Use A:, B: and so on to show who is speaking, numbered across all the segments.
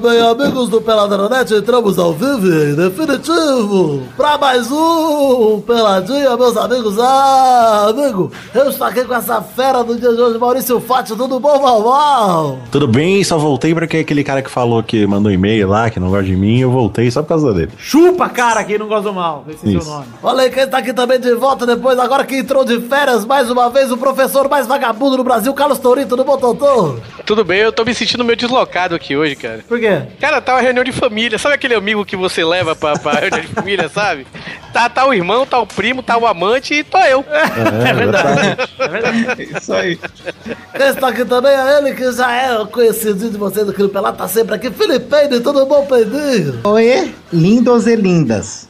A: Bem, amigos do Peladronete, entramos ao vivo e definitivo pra mais um Peladinha, meus amigos. Ah, amigo, eu estou aqui com essa fera do dia de hoje, Maurício Fátio, tudo bom, Valval?
B: Tudo bem, só voltei porque aquele cara que falou que mandou e-mail lá, que não gosta de mim, eu voltei só por causa dele.
C: Chupa, cara, quem não gosta do mal. Esse é
B: Isso.
C: seu nome.
A: Olha aí quem tá aqui também de volta depois, agora que entrou de férias mais uma vez, o professor mais vagabundo do Brasil, Carlos Torito, do Bototô.
D: Tudo bem, eu tô me sentindo meio deslocado aqui hoje, cara.
A: Por quê?
D: Cara, tá uma reunião de família. Sabe aquele amigo que você leva pra, pra reunião de família, sabe? Tá, tá o irmão, tá o primo, tá o amante e tô eu.
B: É, verdade.
E: É Isso aí.
A: Quem está aqui também é ele que já é conhecido de vocês do Clube Pelado, tá sempre aqui, Felipeide, tudo bom, Peidinho?
E: Oi, lindos e lindas.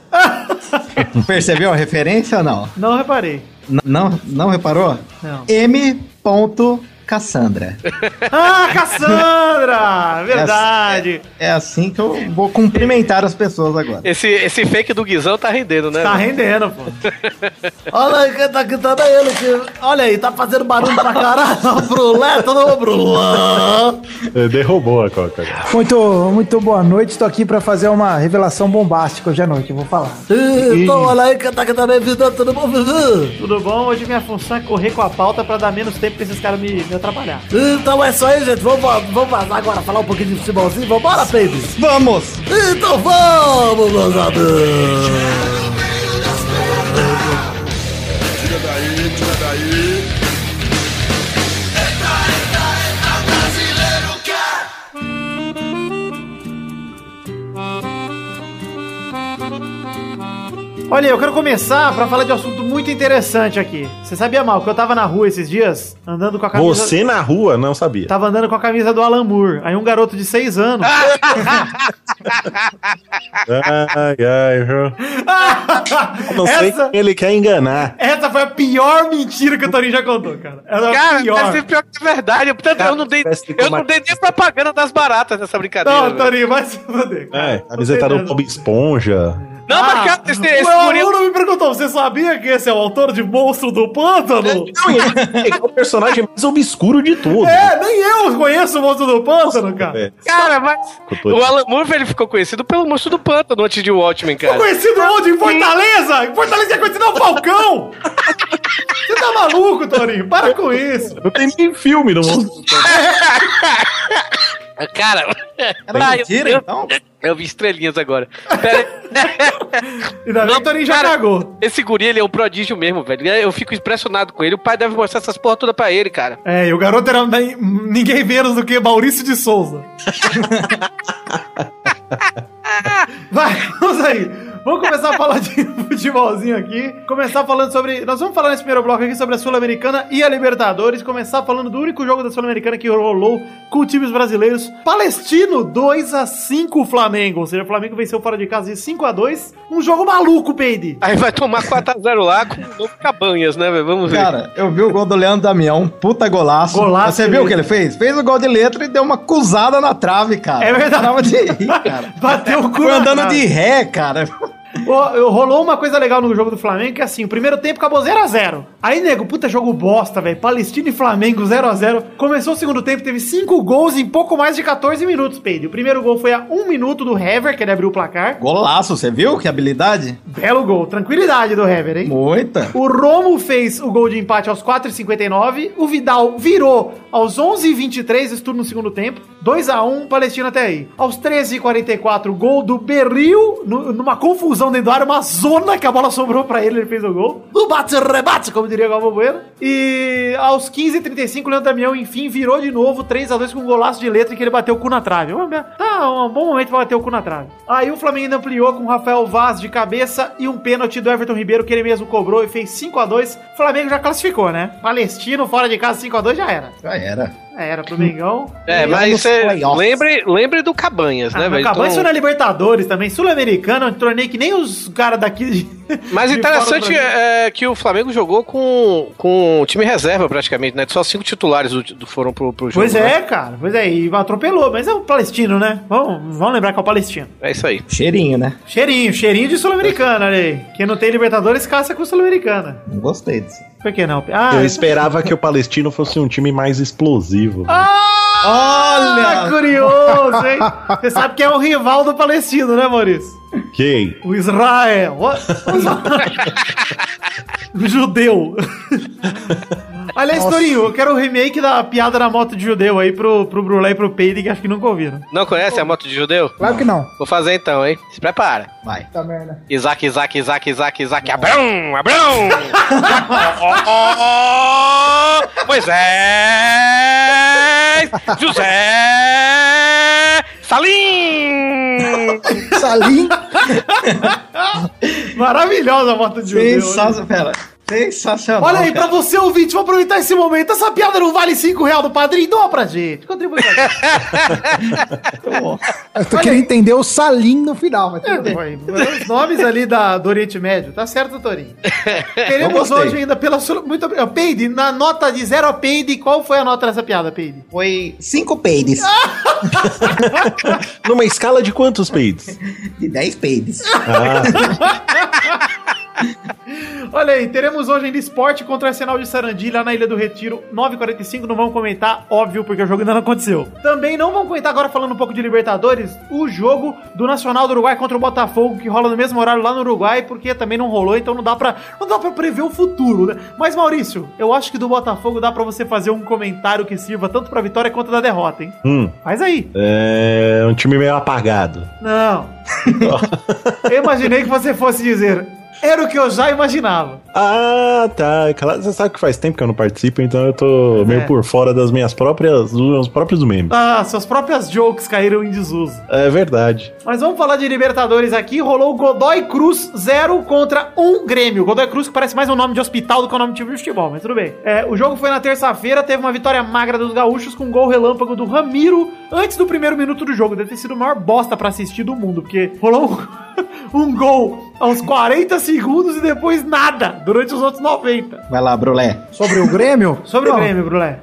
E: Percebeu a referência ou não?
C: Não reparei.
E: N- não, não reparou?
C: Não.
E: M. Cassandra.
C: Ah, Cassandra! Verdade.
E: É assim que eu vou cumprimentar as pessoas agora.
D: Esse, esse fake do Guizão tá rendendo, né?
C: Tá rendendo, pô.
A: Olha aí quem tá aqui também, ele que, olha aí, tá fazendo barulho pra caralho, brulé, todo mundo brulé.
B: tá, é, Derrubou a coca.
F: Muito, muito boa noite, estou aqui para fazer uma revelação bombástica hoje à noite, eu vou falar.
A: Então, olha aí quem tá aqui também, Vidão, tudo bom, Vivi?
C: Tudo bom? Hoje minha função é correr com a pauta pra dar menos tempo pra esses caras me, me atrapalhar.
A: Então é isso aí, gente, vamos, vamos vazar agora, falar um pouquinho de futebolzinho, vambora, Peide?
E: Vamos!
A: Então vamos, meus amigos.
G: Tira daí, tira daí.
C: Olha, eu quero começar pra falar de um assunto muito interessante aqui. Você sabia, Mal, que eu tava na rua esses dias, andando com a camisa...
B: Você na rua não sabia.
C: Tava andando com a camisa do Alan Moore. Aí um garoto de 6 anos...
D: Ah!
B: Ai, ai, viu? Não sei
C: essa,
B: quem ele quer enganar.
C: essa foi a pior mentira que o Torinho já contou, cara. Ela
D: Cara,
C: pior.
D: deve ser pior que a verdade. Eu, tanto- eu não dei,
B: Parece que
D: eu
B: uma-
D: não dei nem propaganda das baratas nessa brincadeira.
C: Não,
D: velho.
C: Torinho, vai se foder, cara.
B: É,
C: Tô
B: camiseta do
C: perdendo.
B: Bob Esponja.
D: Não, mas
C: ah,
D: cara, esse, um
C: o
D: esse é
C: meu
D: Murilo.
C: aluno me perguntou, você sabia que esse é o autor de Monstro do Pântano?
B: Não, ele é o personagem mais obscuro de tudo.
C: é, nem eu conheço o Monstro do Pântano, cara.
B: É,
D: Cara, mas.
B: eu tô-
D: O Alan Moore, ele ficou conhecido pelo monstro do pântano antes de Watchmen,
C: Eu
D: cara.
C: conheci do onde? Em Fortaleza? Em Fortaleza é conhecido o Falcão! Você tá maluco, Torinho? Para com isso.
B: Não tem nem filme no mundo.
D: Cara.
E: Era
D: Ah, eu-
E: mentira,
D: eu-
E: então?
D: Eu vi estrelinhas agora. Pera-
C: Ainda bem que o Torinho já
D: Cara,
C: cagou.
D: Esse guri, ele é um prodígio mesmo, velho. É, Eu fico impressionado com ele. O pai deve mostrar essas porra toda pra ele, cara.
C: É, e o garoto era nem- ninguém menos do que Maurício de Souza. Vai, vamos aí. Vamos começar a falar de futebolzinho aqui. Começar falando sobre. Nós vamos falar nesse primeiro bloco aqui sobre a Sul-Americana e a Libertadores. Começar falando do único jogo da Sul-Americana que rolou com times brasileiros. Palestino 2 a 5 o Flamengo. Ou seja, o Flamengo venceu fora de casa de 5 a 2 Um jogo maluco, Peide.
D: Aí vai tomar 4x0 lá com o novo Cabanhas, né, velho? Vamos ver.
E: Cara, eu vi o gol do Leandro Damião, puta golaço.
C: Golaço
E: Você viu o
C: mesmo.
E: que ele fez? Fez o gol de letra e deu uma cusada na trave, cara.
C: É verdade.
E: Parava de rir, Ah, cara.
C: Bateu o cu
E: Foi
C: na
E: andando
C: trave.
E: de ré, cara.
C: Ô, eu- rolou uma coisa legal no jogo do Flamengo, que assim, o primeiro tempo acabou 0x0. Aí, nego, puta jogo bosta, velho. Palestina e Flamengo 0x0. Começou o segundo tempo, teve 5 gols em pouco mais de 14 minutos, Pedro. O primeiro gol foi a 1 minuto do Hever, que ele abriu o placar.
E: Golaço, você viu? Que habilidade?
C: Belo gol, tranquilidade do Hever, hein?
E: Muita.
C: O Romo fez o gol de empate aos 4,59. O Vidal virou aos 11,23, isso tudo no segundo tempo. 2x1, Palestina até aí. Aos 13,44, gol do Berril, nu- numa confusão dentro do ar, uma zona que a bola sobrou pra ele, ele fez o gol.
A: No bate-rebate,
C: Como diria Galvão Bueno. E aos 15h35, o Leandro Damião, enfim, virou de novo 3x2 com um golaço de letra em que ele bateu o cu na trave. Uma merda. Tá um bom momento pra bater o cu na trave. Aí o Flamengo ainda ampliou com o Rafael Vaz de cabeça e um pênalti do Everton Ribeiro que ele mesmo cobrou e fez 5x2. O Flamengo já classificou, né? Palestino fora de casa 5x2 já era.
E: Já era.
C: Já era pro Mengão.
D: é,
C: um
D: mas você lembre, lembre do Cabanhas, né,
C: Ah, mas
D: velho?
C: acabou
D: Então-
C: isso na Libertadores também, Sul-Americana, um torneio que nem os caras daqui
D: Mas
C: Me fala
D: interessante
C: pra
D: é que o Flamengo jogou com, com time reserva praticamente, né? Só cinco titulares do- do- foram pro, pro jogo.
C: Pois
D: né?
C: é, cara. Pois é, e atropelou, mas é um palestino, né? Vamos, vamos lembrar que é o palestino.
D: É isso aí.
E: Cheirinho, né?
C: Cheirinho, cheirinho de Sul-Americana, olha aí. Quem não tem Libertadores, caça com Sul-Americana.
E: Não gostei disso.
C: Por que não? Ah,
B: Eu esperava que o Palestino fosse um time mais explosivo.
C: ah, curioso, hein? Você sabe que é o rival do palestino, né, Maurício?
B: Quem?
C: O Israel. O- o Israel. O judeu. Aliás, Torinho, eu quero o remake da piada na moto de judeu aí pro, pro Brulé e pro Peide, que acho que nunca ouviram.
D: Não conhece a moto de judeu?
F: Claro que não.
D: Vou fazer então, hein? Se prepara.
E: Vai.
F: Tá merda.
D: Isaac, Isaac, Isaac, Isaac, Isaac. Abrão, abrão! Ó, ó, ó, Moisés! José! Salim!
F: Salim.
C: Maravilhosa a moto de judeu. né?
E: Sensacional. Pera. Sensacional.
C: Olha aí, pra
E: Tá cara.
C: você ouvinte, vou aproveitar esse momento. Essa piada não vale 5 reais do padrinho? Doa pra gente. Contribui pra gente.
F: Eu tô querendo entender o Salim no final, mas tudo bem.
C: Foi- foram Os nomes ali da, do Oriente Médio. Tá certo, Torinho? Teremos
E: Eu gostei.
C: hoje ainda pela sua... Muito obrigado. Peide, na nota de zero a Peide, qual foi a nota dessa piada, Peide?
E: Foi cinco peides.
B: Numa escala de quantos peitos? Ah,
E: De 10 peides.
C: Olha aí, teremos hoje ainda esporte contra o Arsenal de Sarandi lá na Ilha do Retiro, 9h45. Não vamos comentar, óbvio, porque o jogo ainda não aconteceu. Também não vamos comentar agora, falando um pouco de Libertadores, o jogo do Nacional do Uruguai contra o Botafogo, que rola no mesmo horário lá no Uruguai, porque também não rolou, então não dá pra, não dá pra prever o futuro. né? Mas, Maurício, eu acho que do Botafogo dá pra você fazer um comentário que sirva tanto pra vitória quanto da derrota, hein?
B: Hum,
C: Faz aí.
B: é um time meio apagado.
C: Não. eu imaginei que você fosse dizer. Era o que eu já imaginava.
B: Ah, tá. Claro, Você sabe que faz tempo que eu não participo, então eu tô meio
C: É.
B: por fora das minhas próprias, dos meus próprios memes.
C: Ah, suas próprias jokes caíram em desuso.
B: É verdade.
C: Mas vamos falar de Libertadores aqui. Rolou o Godoy Cruz 0 contra 1 Grêmio. Godoy Cruz que parece mais um nome de hospital do que um nome de time de futebol, mas tudo bem. É, o jogo foi na terça-feira, teve uma vitória magra dos gaúchos com um gol relâmpago do Ramiro antes do primeiro minuto do jogo. Deve ter sido a maior bosta pra assistir do mundo, porque rolou um, um gol aos 40 segundos e depois nada durante os outros 90.
E: Vai lá, Brulé.
F: Sobre o Grêmio?
C: Sobre
F: Não.
C: o Grêmio, Brulé.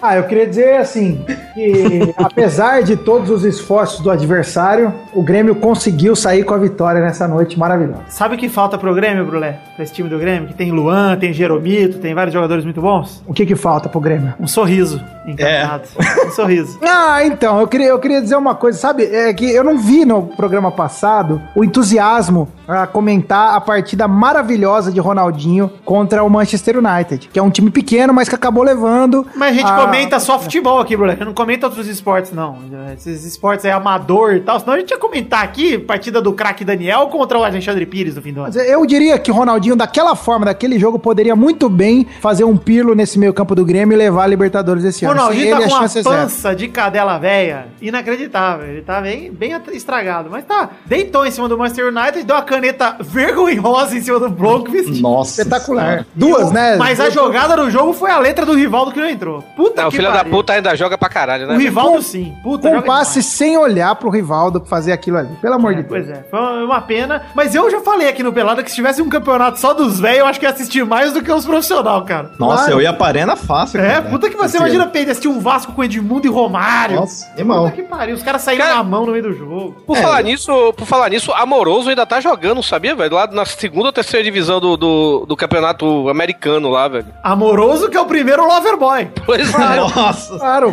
F: Ah, eu queria dizer assim, que apesar de todos os esforços do adversário, o Grêmio conseguiu sair com a vitória nessa noite maravilhosa.
C: Sabe o que falta pro Grêmio, Brulé? Pra esse time do Grêmio? Que tem Luan, tem Jeromito, tem vários jogadores muito bons.
F: O que que falta pro Grêmio?
C: Um sorriso encaminhado.
F: É.
C: Um sorriso.
F: Ah, então, eu queria, eu queria dizer uma coisa, sabe? É que eu não vi no programa passado o entusiasmo a comentar a partida maravilhosa de Ronaldinho contra o Manchester United, que é um time pequeno, mas que acabou levando.
C: Mas a gente
F: a-
C: comenta
F: é.
C: só futebol aqui, Bruno. A gente não comenta outros esportes, não. Esses esportes aí amador e tal. Senão a gente ia comentar aqui partida do craque Daniel contra o Alexandre Pires no fim do ano.
F: Mas é, Eu diria que o Ronaldinho, daquela forma, daquele jogo, poderia muito bem fazer um pirlo nesse meio campo do Grêmio e levar a Libertadores esse
C: O
F: ano. Sem
C: Ronaldinho tá
F: ele,
C: com
F: a
C: uma
F: chance é zero.
C: pança de cadela véia inacreditável. Ele tá bem, bem at- estragado. Mas tá, deitou em cima do Manchester United, deu uma caneta vergonhosa em cima do Bronkvist.
E: Nossa.
F: Espetacular.
E: senhora.
F: Duas, né?
C: Mas a jogada do jogo foi a letra do Rivaldo que não entrou. Puta
D: Não, o
C: que
D: filho da
C: pariu.
D: puta ainda joga pra caralho,
C: O
D: né?
C: Rivaldo sim. Puta,
F: Com um
C: joga
F: passe
C: demais.
F: sem olhar pro Rivaldo fazer aquilo ali. Pelo amor de
C: É,
F: Deus.
C: pois é, foi uma pena. Mas eu já falei aqui no Pelada que se tivesse um campeonato só dos velhos, eu acho que ia assistir mais do que os profissionais, cara.
E: Nossa,
F: Claro.
E: eu ia pra arena fácil.
C: É,
E: cara.
C: puta que você
E: Assim,
C: imagina Pedro assistir um Vasco com Edmundo e Romário.
E: Nossa,
C: puta
E: irmão.
C: que pariu, os caras saíram
D: Cara-
C: na mão no meio do jogo. É.
D: Por, falar nisso, por falar nisso, Amoroso ainda tá jogando, sabia, velho? Lá na segunda ou terceira divisão do, do, do campeonato americano lá, velho.
C: Amoroso que é o primeiro Loverboy.
D: Pois é.
E: Nossa.
F: Claro.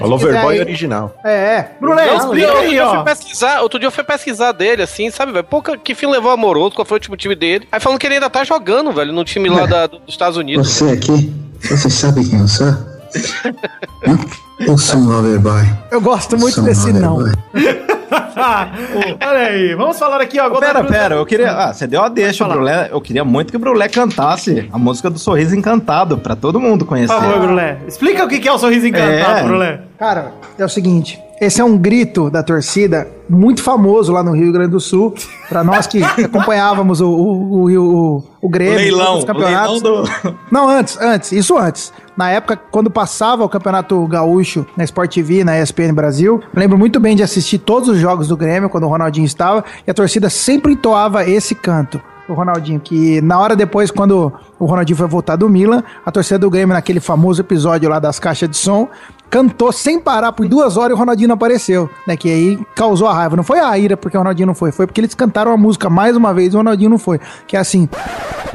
B: O Loverboy
F: aí-
B: original.
F: É, é.
C: Brulé,
F: Não,
C: explica
F: não.
D: Outro
C: aí,
D: dia eu
C: ó.
D: fui pesquisar- Outro dia eu fui pesquisar dele, assim, sabe, velho? Pô, que- que fim levou o Amoroso, qual foi o último time dele? Aí falando que ele ainda tá jogando, velho, no time
C: É.
D: lá da- dos Estados Unidos.
H: Você aqui, você sabe quem eu sou? Hã? Eu sou um loverboy.
F: Eu gosto
H: Eu
F: muito
H: sou um
F: desse não.
H: loverboy.
C: Ah, Olha aí, vamos falar aqui, ó. Godoy
E: Pera,
C: Cruz-
E: pera, eu
C: Hum.
E: queria. Ah, você deu a deixa, o
C: Fala.
E: Brulé. Eu queria muito que o Brulé cantasse a música do Sorriso Encantado, pra todo mundo
C: Por
E: conhecer.
C: favor, Brulé. Explica o que que é o sorriso encantado,
E: É.
C: Brulé.
F: Cara, é o seguinte, esse é um grito da torcida muito famoso lá no Rio Grande do Sul, Pra nós que acompanhávamos o, o, o, o, o Grêmio,
E: leilão.
F: os
E: o leilão
F: campeonatos.
E: do.
F: Não, antes, antes, isso antes. Na época, quando passava o Campeonato Gaúcho na Sport TV, na ESPN Brasil, lembro muito bem de assistir todos os jogos do Grêmio, quando o Ronaldinho estava, e a torcida sempre entoava esse canto. pro Ronaldinho, que na hora depois, quando o Ronaldinho foi voltar do Milan, a torcida do Grêmio, naquele famoso episódio lá das caixas de som, cantou sem parar por duas horas e o Ronaldinho não apareceu, né? Que aí causou a raiva. Não foi a ira porque o Ronaldinho não foi, foi porque eles cantaram a música mais uma vez e o Ronaldinho não foi. Que é assim...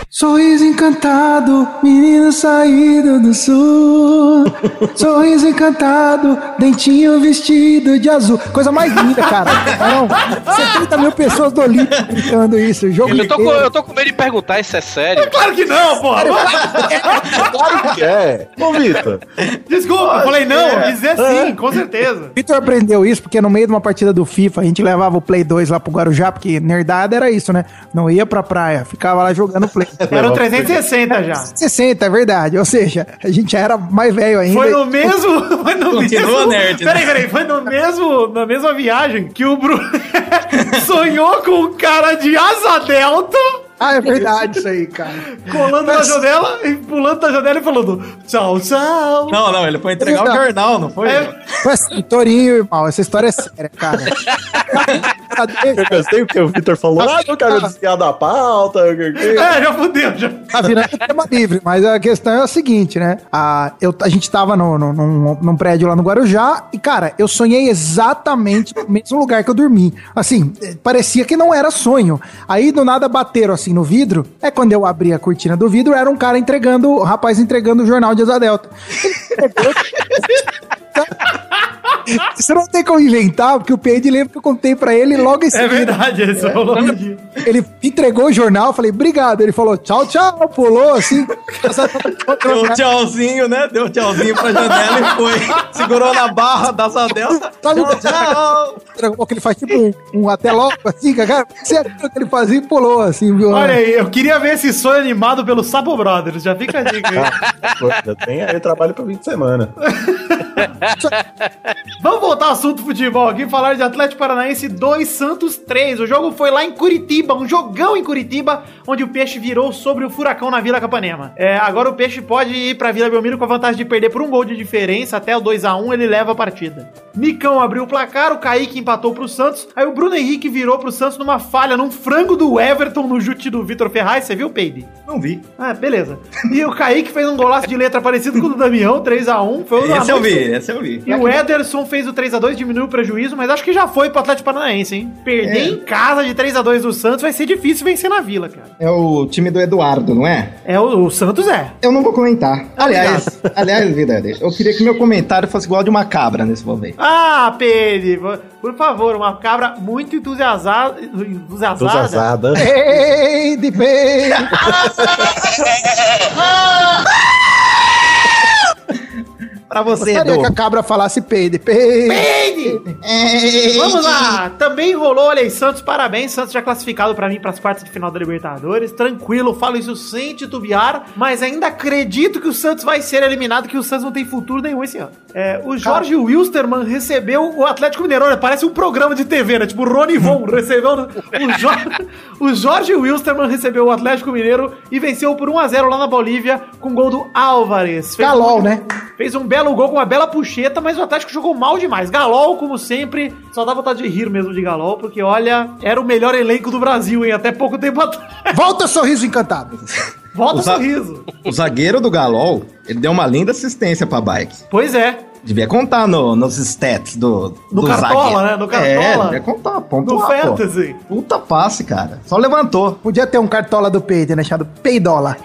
F: Sorriso encantado, menino saído do sul. Sorriso encantado, dentinho vestido de azul. Coisa mais linda, cara. Não, 70 mil pessoas do Olímpico gritando isso. o Jogo
D: Eu tô, com,
F: inteiro.
D: eu tô com medo de perguntar isso é sério.
C: Claro que não, porra!
B: Claro que é. Ô, Vitor.
C: Desculpa, eu falei não, dizer sim, com certeza.
F: Vitor aprendeu isso porque no meio de uma partida do FIFA a gente levava o Play 2 lá pro Guarujá, porque nerdada era isso, né? Não ia pra praia, ficava lá jogando Play.
B: É,
C: Era um o 360 já.
F: 60, é verdade. Ou seja, a gente já era mais velho ainda.
C: Foi no mesmo. Foi no
I: Continua
C: mesmo.
I: nerd, né?
C: peraí, peraí. Foi no mesmo, na mesma viagem que o Bruno sonhou com um cara de asa delta
F: Ah, é verdade isso aí, cara.
C: colando na janela e pulando da janela e falando tchau, tchau.
I: Não, não, ele foi entregar o
F: Exato.
I: jornal, não foi?
C: É.
F: Foi assim, Torinho, irmão, essa história é séria, cara.
B: Eu gostei porque o Vitor falou, ah, não quero desviar da pauta.
C: É, já fudeu, já.
F: Tá virando tema livre, mas a questão é a seguinte, né? A, eu, a gente tava no, no, num, num prédio lá no Guarujá e, cara, eu sonhei exatamente no mesmo lugar que eu dormi. Assim, eh, parecia que não era sonho. Aí, do nada, bateram assim no vidro. É quando eu abri a cortina do vidro, era um cara entregando, o rapaz entregando o jornal de Asa Delta. Você não tem como inventar, porque o Pedro lembra que eu contei pra ele logo em
C: É
F: seguida.
C: verdade, ele só falou um dia.
F: Ele entregou o jornal, eu falei, obrigado. Ele falou, tchau, tchau, pulou assim.
I: Deu um tchauzinho, né? Deu um tchauzinho pra janela e foi. Segurou na barra da Sadelta.
E: Tá
F: Sabe o tchau. que ele faz tipo um, um até logo, assim, cara. Você achou que ele fazia e pulou, assim, viu?
C: Olha aí, eu queria ver esse sonho animado pelo Sapo Brothers. Já fica a dica aí.
B: Ainda tem aí trabalho pra 20 semana.
C: Vamos voltar ao assunto futebol aqui, falar de Atlético Paranaense 2 Santos 3. O jogo foi lá em Curitiba, um jogão em Curitiba, onde o Peixe virou sobre o Furacão na Vila Capanema. É, agora o Peixe pode ir pra Vila Belmiro com a vantagem de perder por um gol de diferença, até o 2 a 1 ele leva a partida. Nicão abriu o placar, o Kaique empatou pro Santos, aí o Bruno Henrique virou pro Santos numa falha, num frango do Everton no chute do Vitor Ferraz, você viu, Peide?
I: Não vi.
C: Ah, beleza. E o Kaique fez um golaço de letra parecido com o do Damião, 3 a 1 foi o
I: Esse eu
C: Amor-
I: vi, esse eu vi.
C: e o Ederson fez o 3x2, diminuiu o prejuízo, mas acho que já foi pro Atlético Paranaense, hein? É. Perder em casa de 3x2 do Santos vai ser difícil vencer na Vila, cara.
E: É o time do Eduardo, não é?
C: É, o, o Santos é.
E: Eu não vou comentar. Aliás, aliás, vida, eu queria que meu comentário fosse igual ao de uma cabra nesse momento.
C: Ah, Pedro, vo- por favor, uma cabra muito entusiasada.
B: Tô
C: entusiasada.
B: zazada.
F: Ei, de bem.
E: Pra você,
F: Gostaria
E: Edu.
F: que a cabra falasse peide, peide.
C: Peide!
E: É,
C: Vamos lá! Também rolou, olha aí, Santos, parabéns. Santos já classificado pra mim pras quartas de final da Libertadores. Tranquilo, falo isso sem titubear, mas ainda acredito que o Santos vai ser eliminado, que o Santos não tem futuro nenhum esse ano. É, o Jorge Wilstermann recebeu o Atlético Mineiro. Olha, parece um programa de TV, né? Tipo, o Rony Von recebeu. O Jorge, o Jorge Wilstermann recebeu o Atlético Mineiro e venceu por 1x0 lá na Bolívia com gol do Álvares. Fez
F: Galol,
C: um-
F: né?
C: Fez um belo gol com uma bela puxeta, mas o Atlético jogou mal demais. Galol, como sempre, só dá vontade de rir mesmo de Galol, porque olha, era o melhor elenco do Brasil, hein? Até pouco tempo atrás.
F: Volta, sorriso encantado.
C: Volta o
E: Usa-
C: sorriso.
E: O zagueiro do Galol, ele deu uma linda assistência pra bike.
C: Pois é.
E: Devia contar no- nos stats do,
C: No
E: do
C: Cartola, né? No
E: É,
C: Cartola.
E: devia contar, ponto
C: No
E: lá, pô.
C: Fantasy.
E: Puta passe, cara. Só levantou.
F: Podia ter um cartola do peide, né? Chamado peidola.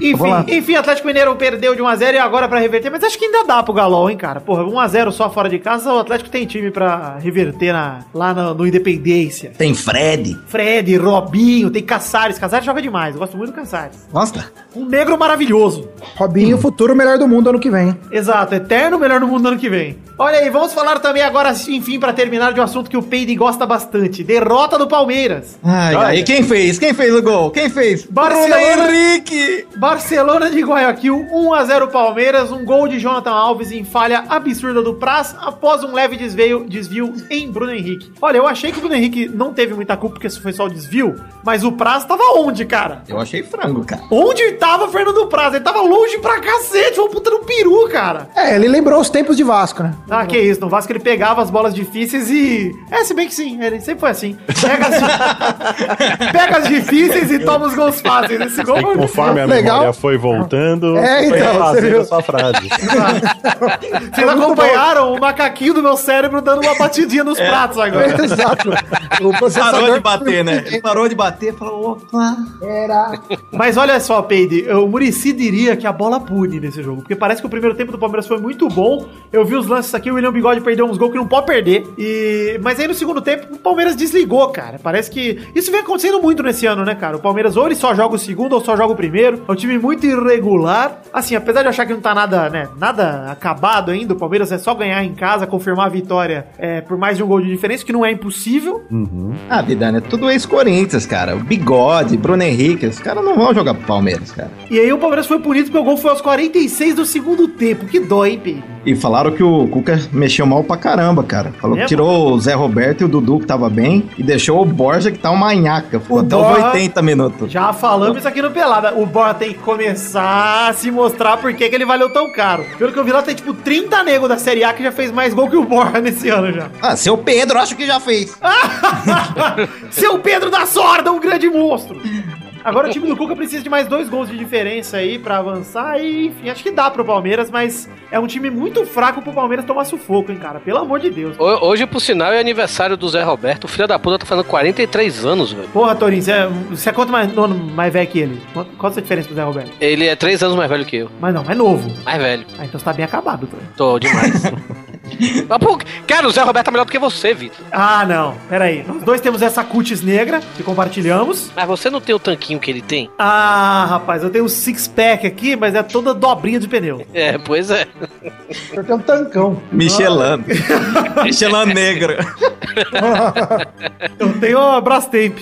C: Enfim,
E: Vamos lá.
C: enfim, Atlético Mineiro perdeu de 1x0 e agora pra reverter, mas acho que ainda dá pro Galol, hein, cara? Porra, 1x0 só fora de casa, o Atlético tem time pra reverter na- lá no, no Independência.
E: Tem Fred.
C: Fred, Robinho, tem Caçares. Caçares joga demais, eu gosto muito do Caçares.
E: Nossa.
C: Um negro maravilhoso.
F: Robinho, futuro melhor do mundo ano que vem.
C: Exato, eterno melhor no mundo no ano que vem. Olha aí, vamos falar também agora, enfim, pra terminar de um assunto que o Peide gosta bastante: derrota do Palmeiras.
E: Ai, ai, quem fez? Quem fez o gol? Quem fez?
C: Barcelona.
E: Bruno Henrique!
C: Barcelona de Guayaquil, 1x0 Palmeiras, um gol de Jonathan Alves em falha absurda do Praz, após um leve desvio, desvio em Bruno Henrique. Olha, eu achei que o Bruno Henrique não teve muita culpa, porque isso foi só o desvio, mas o Praz tava onde, cara?
E: Eu achei frango, cara.
C: Onde tava o Fernando Praz? Ele tava longe pra cacete, foi um puta no peru, cara. era.
F: É, ele lembrou os tempos de Vasco, né?
C: Ah, que isso. No Vasco ele pegava as bolas difíceis e. É, se bem que sim, ele sempre foi assim. Pega as, Pega as difíceis e toma os gols fáceis. Esse gol
B: E
C: foi muito
B: conforme a
F: Legal.
B: memória foi voltando,
F: É,
B: foi
F: então, você
B: refazendo
F: viu?
B: a sua frase.
C: Vocês acompanharam o macaquinho do meu cérebro dando uma batidinha nos pratos agora.
F: Exato. O
I: Parou
F: processador
I: de bater, né? Ele parou de bater e falou, opa.
F: era.
C: Mas olha só, Peide, o Murici diria que a bola pune nesse jogo. Porque parece que o primeiro tempo do Palmeiras foi muito bom. Eu vi os lances aqui, o William Bigode perdeu uns gols que não pode perder. E... Mas aí no segundo tempo, o Palmeiras desligou, cara. Parece que. Isso vem acontecendo muito nesse ano, né, cara? O Palmeiras ou ele só joga o segundo ou só joga o primeiro. É um time muito irregular. Assim, apesar de eu achar que não tá nada, né? Nada acabado ainda, o Palmeiras é só ganhar em casa, confirmar a vitória é, por mais de um gol de diferença, que não é impossível.
E: Ah, Vidani, é tudo ex-Corinthians, cara. O Bigode, Bruno Henrique, os caras não vão jogar pro Palmeiras, cara.
C: E aí o Palmeiras foi punido porque o gol foi aos 46 do segundo tempo. Que dó, hein, Peide?
E: E falaram que o Cuca mexeu mal pra caramba, cara. Falou que
C: Mesmo?
E: tirou o Zé Roberto e o Dudu, que tava bem, e deixou o Borja, que tá uma nhaca. Ficou
C: O
E: até os
C: Borja-
E: 80 minutos.
C: Já falamos isso aqui no Pelada. O Borra tem que começar a se mostrar por que que ele valeu tão caro. Pelo que eu vi lá, tem tipo 30 nego da Série A que já fez mais gol que o Borra nesse ano já.
E: Ah, seu Pedro, acho que já fez.
C: Seu Pedro da Sorda, um grande monstro! Agora o time do Cuca precisa de mais dois gols de diferença aí pra avançar e, enfim, acho que dá pro Palmeiras, mas é um time muito fraco pro Palmeiras tomar sufoco, hein, cara? Pelo amor de Deus.
D: Ho- Hoje, por sinal, é aniversário do Zé Roberto. O filho da puta tá fazendo 43 anos, velho.
C: Porra, Torinho, você é, você é quanto mais, nono- mais velho que ele? Qual, qual a sua diferença pro Zé Roberto?
D: Ele é 3 anos mais velho que eu.
C: Mas não, é novo.
D: Mais velho.
C: Ah, então você tá bem acabado, Torinho.
D: Tô demais. Mas, pô, cara, o Zé Roberto tá melhor do que você, Vitor.
C: Ah, não. Peraí. Nós dois temos essa cutis negra que compartilhamos.
D: Mas você não tem o tanquinho que ele tem?
C: Ah, rapaz, eu tenho um six-pack aqui, mas é toda dobrinha de pneu.
D: É, pois é.
F: Eu tenho um tancão.
I: Michelin. Michelin negra.
C: Eu tenho a Brastemp.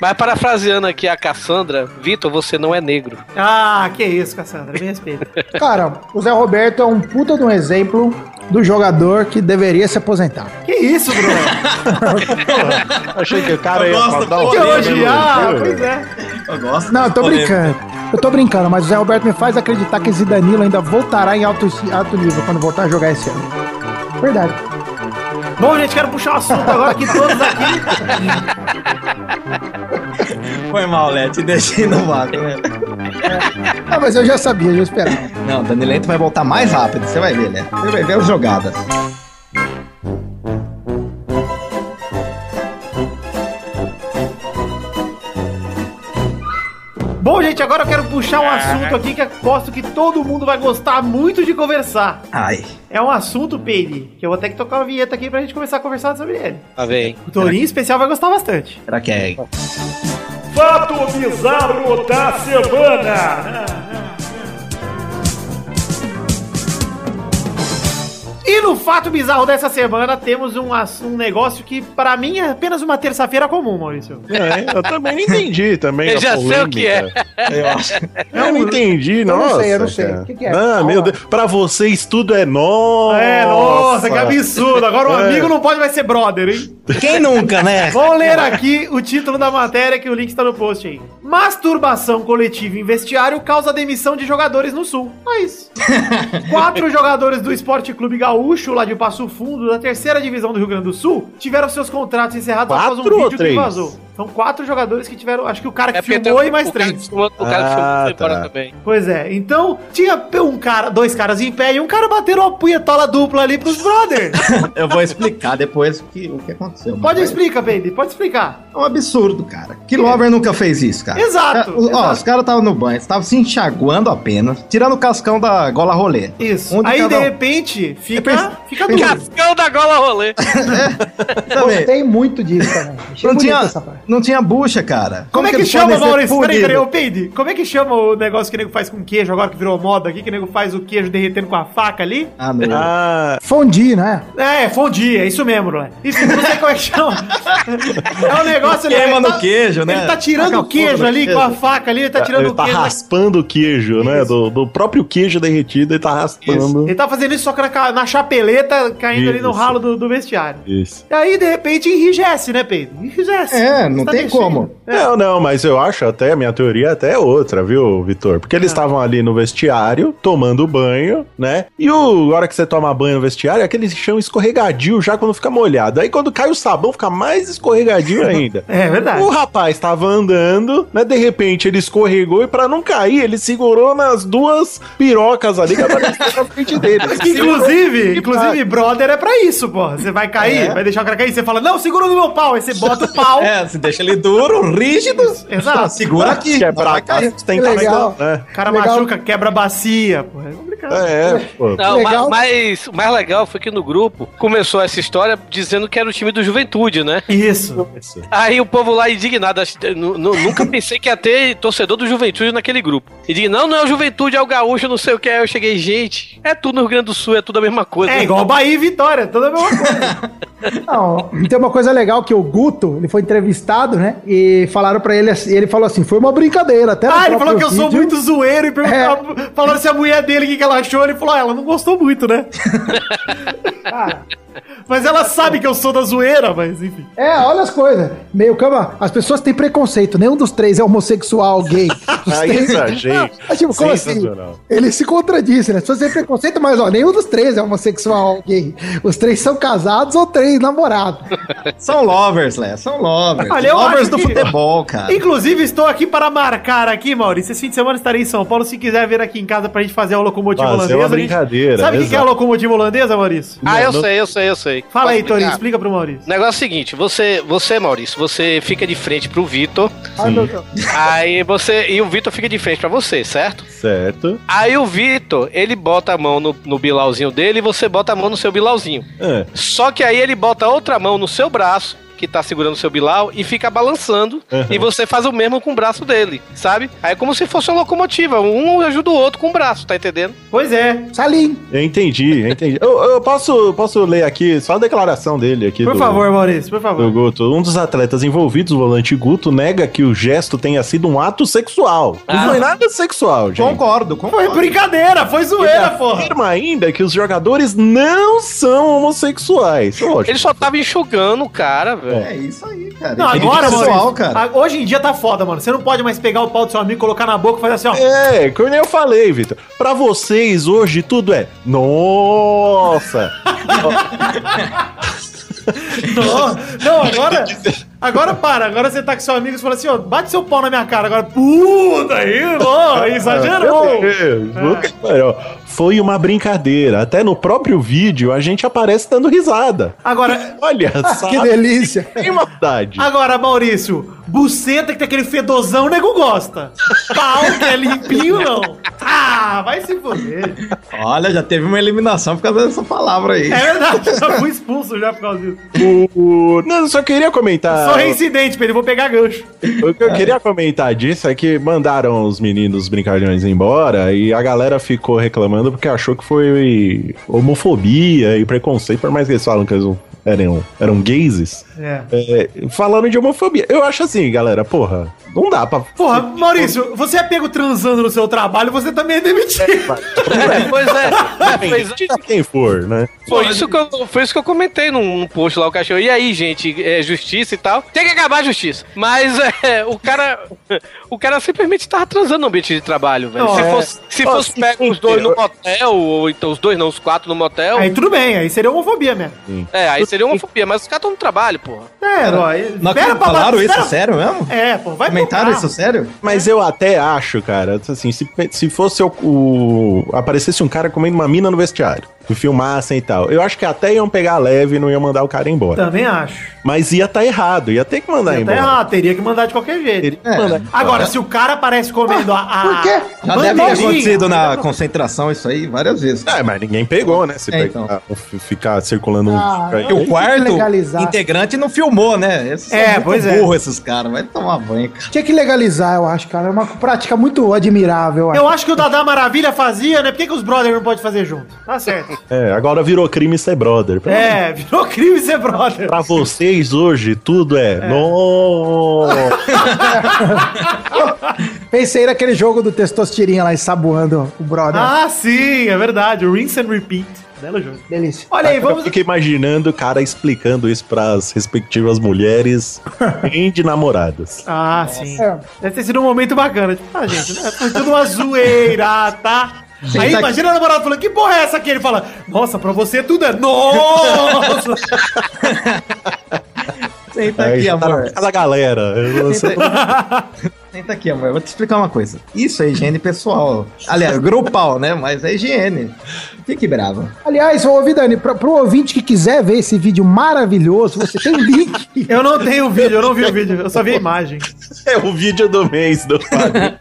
D: Mas parafraseando aqui a Cassandra, Vitor, você não é negro.
C: Ah, que isso, Cassandra. Me respeita.
F: Cara, o Zé Roberto é um puta de um exemplo do jogador que deveria se aposentar.
C: Que isso, Bruno?
B: Achei que o cara
I: Eu
B: ia
I: gosto
B: dar
I: do
C: Que
I: Olha,
C: hoje? Ah,
B: elogio.
C: pois é.
I: Eu gosto.
F: Não, eu tô
I: Polêmica.
F: brincando. Eu tô brincando, mas o Zé Roberto me faz acreditar que esse Danilo ainda voltará em alto, alto nível quando voltar a jogar esse ano. Verdade.
C: Bom, gente, quero puxar o assunto agora que todos aqui.
I: Foi mal,
E: né?
I: Lé, te deixei no vácuo. né?
F: Ah, mas eu já sabia, eu já esperava.
E: Não, o Danilento vai voltar mais rápido, você vai ver, né? Você vai ver as jogadas.
C: Bom, gente, agora eu quero puxar um assunto aqui que aposto que todo mundo vai gostar muito de conversar.
E: Ai.
C: É um assunto, Peide, que eu vou ter que tocar uma vinheta aqui pra gente começar a conversar sobre ele.
D: Tá bem.
C: O Torinho, em especial, vai gostar bastante.
E: Será que é.
G: Fato bizarro da semana.
C: E no fato bizarro dessa semana temos um, ass- um negócio que pra mim é apenas uma terça-feira comum, Maurício.
B: É, eu também não entendi também.
D: Eu
B: a
D: já sei o que é.
B: polêmica. Eu não entendi,
F: não
B: nossa.
F: sei, eu não sei.
B: cara.
F: O que que é?
B: Ah, meu Deus. Pra vocês tudo é novo.
C: É, nossa, que absurdo. Agora
B: É.
C: um amigo não pode mais ser brother, hein?
I: Quem nunca, né?
C: Vamos ler aqui o título da matéria que o link está no post aí. Masturbação coletiva em vestiário causa demissão de jogadores no Sul. É isso. Quatro jogadores do Esporte Clube Gaúcho, lá de Passo Fundo, da terceira divisão do Rio Grande do Sul, tiveram seus contratos encerrados um
B: Quatro ou
C: que
B: três?
C: vazou. São quatro jogadores que tiveram. Acho que o cara que
D: É porque
C: filmou
D: tem
C: e mais
D: o cara
C: três.
D: que filmou, O cara que filmou
B: Ah,
D: foi embora
B: tá.
D: também.
C: Pois é, então tinha um cara, dois caras em pé e um cara bateram uma punhetola dupla ali pros brothers.
E: Eu vou explicar depois o que, o que aconteceu. mas
C: Pode
E: vai-
C: explicar, baby, pode explicar.
E: É um absurdo, cara. Que Lover nunca fez isso, cara.
C: Exato,
E: É, o- Ó,
C: exato.
E: os caras estavam no banho, estavam se enxaguando apenas, tirando o cascão da gola rolê.
C: Isso.
E: Um de
C: Aí
E: cada
C: de
E: um.
C: repente fica,
E: penso-
C: É fica
E: penso-
C: duro.
D: Cascão da gola rolê.
E: Também.
F: Gostei muito disso também. Achei
E: Não
F: bonita
E: tinha,
F: essa parte.
E: não tinha bucha, cara.
C: Como, é que,
E: eles
C: chama,
E: podem ser
C: Maurício? Peraí, peraí,
E: punidos?
C: ô Peide, como é que chama o negócio que o nego faz com queijo agora que virou moda aqui, que o nego faz o queijo derretendo com a faca ali?
E: Ah, não.
B: Ah,
F: Fondi, né?
C: É, fondi, é isso mesmo, né? Isso, não sei como é que chama. É um negócio ele-
I: Queima
C: ele
I: no
C: tá-
I: queijo, né?
C: Ele tá tirando o queijo ali com a faca ali, ele tá tirando
B: ele
C: o
B: tá
C: queijo.
B: raspando o queijo, né? Do, do próprio queijo derretido, ele tá raspando.
C: Ele tá fazendo isso só que na, ca- na chapeleta, caindo ali no
B: Isso.
C: ralo do, do vestiário.
B: Isso.
C: E aí, de repente, enrijece, né, Pedro? Enrijece.
E: É, não
C: Você tá
E: tem
C: mexendo.
E: como.
F: É.
B: Não, não, mas eu acho até, minha teoria até é outra, viu, Vitor? Porque
F: Ah.
B: eles estavam ali no vestiário, tomando banho, né? E o, a hora que você toma banho no vestiário, é aquele chão escorregadio já quando fica molhado. Aí quando cai o sabão, fica mais escorregadio ainda.
C: É verdade.
B: O rapaz tava andando, né? De repente ele escorregou e pra não cair, ele segurou nas duas pirocas ali que apareceram na frente dele.
C: Que, inclusive, inclusive, brother é pra isso, porra. Você vai cair, vai deixar o cara cair, você fala, não, segura no meu pau. Aí você bota o pau.
I: É, você deixa ele duro, rígido.
C: Exato.
I: Segura aqui.
B: Que é
I: não
B: pra
I: vai
B: cá,
I: cair.
B: você tem
F: Que
B: que
F: legal.
B: né?
C: O cara
F: Legal.
C: machuca, quebra a bacia, porra. É complicado.
B: É, pô.
D: Não,
F: Legal.
D: ma- mas o mais legal foi que no grupo começou essa história dizendo que era o time do Juventude, né?
C: Isso.
D: Aí o povo lá indignado, acho- nu- nu- nunca pensei que ia ter torcedor do Juventude naquele grupo. E diz, não, não é o Juventude, é o Gaúcho, não sei o que. Aí eu cheguei, gente, é tudo no Rio Grande do Sul, é tudo a mesma coisa.
C: É igual Bahia e Vitória, toda a mesma coisa.
F: Não, tem uma coisa legal que o Guto, ele foi entrevistado, né? E falaram pra ele, assim- ele falou assim, foi uma brincadeira. Até no
C: Ah, ele falou
F: próprio
C: que eu sou
F: vídeo.
C: muito zoeiro e perguntaram, falaram se a mulher dele, o que, que ela achou, ele falou, ah, ela não gostou muito, né?
F: Ah,
C: Mas ela sabe que eu sou da zoeira, mas enfim.
F: É, olha as coisas. Meio cama, as pessoas têm preconceito. Nenhum dos três é homossexual, gay. Os
B: Aí
F: três-
B: exagero.
F: Ah, tipo, como assim?
B: Sensacional.
F: Ele se contradiz, né? As pessoas têm preconceito, mas ó, nenhum dos três é homossexual, gay. Os três são casados ou três namorados.
I: São lovers, Lé, são lovers.
C: Olha, eu
I: lovers
C: acho
I: do
C: que-
I: futebol, cara.
C: Inclusive, estou aqui para marcar aqui, Maurício. Esse fim de semana estarei em São Paulo. Se quiser vir aqui em casa pra gente fazer a locomotiva
B: Fazer
C: holandesa.
B: uma
C: a gente-
B: brincadeira,
C: Sabe o que que é a
B: exato.
C: locomotiva holandesa, Maurício?
D: Ah, eu
B: Não, não-
D: sei, eu sei, eu sei.
C: Fala
D: Posso
C: aí, Torinho,
D: explicar?
C: explica pro Maurício.
D: O negócio é o seguinte, você, você, Maurício, você fica de frente pro Vitor,
F: Ai, meu Deus.
D: aí você. E o Vitor fica de frente pra você, certo?
B: Certo.
D: Aí o Vitor, ele bota a mão no, no bilauzinho dele e você bota a mão no seu bilauzinho.
B: É.
D: Só que aí ele bota outra mão no seu braço, que tá segurando o seu bilau, e fica balançando.
B: Uhum.
D: E você faz o mesmo com o braço dele, sabe? Aí é como se fosse uma locomotiva. Um ajuda o outro com o braço, tá entendendo?
C: Pois é.
F: Salim.
B: Eu entendi, eu entendi. Eu, eu posso, posso ler aqui só a declaração dele aqui.
C: Por
B: do-
C: favor, Maurício, por favor.
B: Do Guto. Um dos atletas envolvidos, o volante Guto, nega que o gesto tenha sido um ato sexual.
D: Ah.
B: Não foi nada sexual, gente.
I: Concordo,
C: Foi
I: concordo.
C: brincadeira, foi zoeira, porra.
B: Afirma ainda que os jogadores não são homossexuais. Lógico.
D: Ele só tava enxugando o cara, velho.
I: É isso aí, cara.
C: Não,
I: Ele
C: agora,
I: é
C: Maurício.
I: pessoal, cara.
C: a- Hoje em dia tá foda, mano. Você não pode mais pegar o pau do seu amigo, colocar na boca e fazer assim, ó.
B: É, como eu falei, Vitor. Pra vocês, hoje, tudo é... Nossa!
C: Não, não, agora. Agora para, agora você tá com seu amigo e fala assim, ó, bate seu pau na minha cara. Agora, puta aí, ó,
B: Meu
C: exagerou.
B: Deus, puta É, que pariu. Foi uma brincadeira. Até no próprio vídeo, a gente aparece dando risada.
C: Agora,
B: Olha só.
F: Que delícia.
B: Tem maldade.
C: agora, Maurício, buceta que tem aquele fedozão, o nego gosta. Pau que é limpinho, não. Ah, vai se foder.
I: Olha, já teve uma eliminação por causa dessa palavra aí.
C: É verdade, eu já fui expulso já por causa disso.
B: O- Não, eu só queria
I: Ah,
B: comentar.
C: Sou reincidente, Pedro, vou pegar gancho.
B: O que eu queria comentar disso é que mandaram os meninos brincalhões embora e a galera ficou reclamando porque achou que foi homofobia e preconceito, por mais que eles falam que eles não eram, eram gayses.
C: É.
B: É, falaram de homofobia. Eu acho assim, galera, porra, não dá pra.
C: Porra, Maurício, você é pego transando no seu trabalho, você também é demitido.
D: Pois é. Pois é.
B: Seja quem for, né?
D: Foi isso que eu, foi isso que eu comentei num, num post lá, o cachorro. E aí, gente, é justiça e tal. Tem que acabar a justiça. Mas é, o cara. O cara simplesmente tava transando no ambiente de trabalho, velho.
C: Não,
D: se
C: é.
D: fosse, se
B: Ó,
D: fosse
B: sim,
D: pego
B: sim,
D: os dois
B: eu-
D: no motel, ou então os dois não, os quatro no
I: é um
D: motel,
C: Aí tudo bem, aí seria homofobia mesmo.
D: é, aí seria homofobia, mas os caras estão no trabalho, porra.
C: É, ó,
I: Não
C: espera pra-
I: falaram isso
C: espera-
I: sério mesmo?
C: É, pô, vai
I: Comentaram
C: pro
I: isso sério?
B: Mas eu até acho, cara, assim, se, se fosse o, o- aparecesse um cara comendo uma mina no vestiário, e filmassem e tal, eu acho que até iam pegar leve e não iam mandar o cara embora.
C: Também acho.
B: Mas ia tá errado, ia ter que mandar
C: Tá
B: embora.
C: errado, né? teria que mandar de qualquer jeito.
B: Ele
I: É.
B: manda.
C: Agora, se o cara aparece comendo a. a
F: por quê?
I: Já
C: bandejinha-
I: deve ter acontecido na concentração isso aí várias vezes.
B: Ah, mas ninguém pegou, né? Se
I: É,
B: pegar- f- ficar circulando
F: Ah,
B: um.
I: Porque o quarto
F: legalizar.
I: integrante não filmou, né? Esses são
C: É,
I: muito
C: pois é.
I: burro esses caras. Vai tomar banho, cara.
F: Tinha que legalizar, eu acho, cara. É uma prática muito admirável. Eu acho.
C: Eu acho que o Dadá Maravilha fazia, né? Por que, que os brothers não podem fazer junto? Tá certo.
B: É, agora virou crime ser brother. Pelo amor de
C: É, virou crime ser brother.
B: Pra vocês hoje, tudo é. No...
F: Pensei naquele jogo do Testosterinha lá, ensaboando o brother.
C: Ah, sim, é verdade. Rinse and repeat. Belo jogo.
F: Delícia.
C: Olha aí,
B: Eu
C: vamos.
B: fico imaginando o cara explicando isso pras respectivas mulheres nem de namoradas.
C: Ah, sim.
F: É.
C: Deve ter sido um momento bacana. Tipo, Ah, gente, né? foi tudo uma zoeira, tá? Aí
E: tá-
C: imagina a namorada falando, que porra é essa aqui? Ele fala, nossa, pra você tudo é. Nossa!
E: Senta
B: Aí
E: aqui,
B: já tá na
E: amor.
B: boca da galera. Você-
E: Senta aqui, amor. Eu vou te explicar uma coisa. Isso é higiene pessoal. Aliás, grupal, né? Mas é higiene. Fique brava.
F: Aliás, ô, ouvi, Dani, pra, pro ouvinte que quiser ver esse vídeo maravilhoso, você tem um link.
C: eu não tenho o vídeo, eu não vi o vídeo, eu só vi a imagem.
B: É o vídeo do mês do Fábio.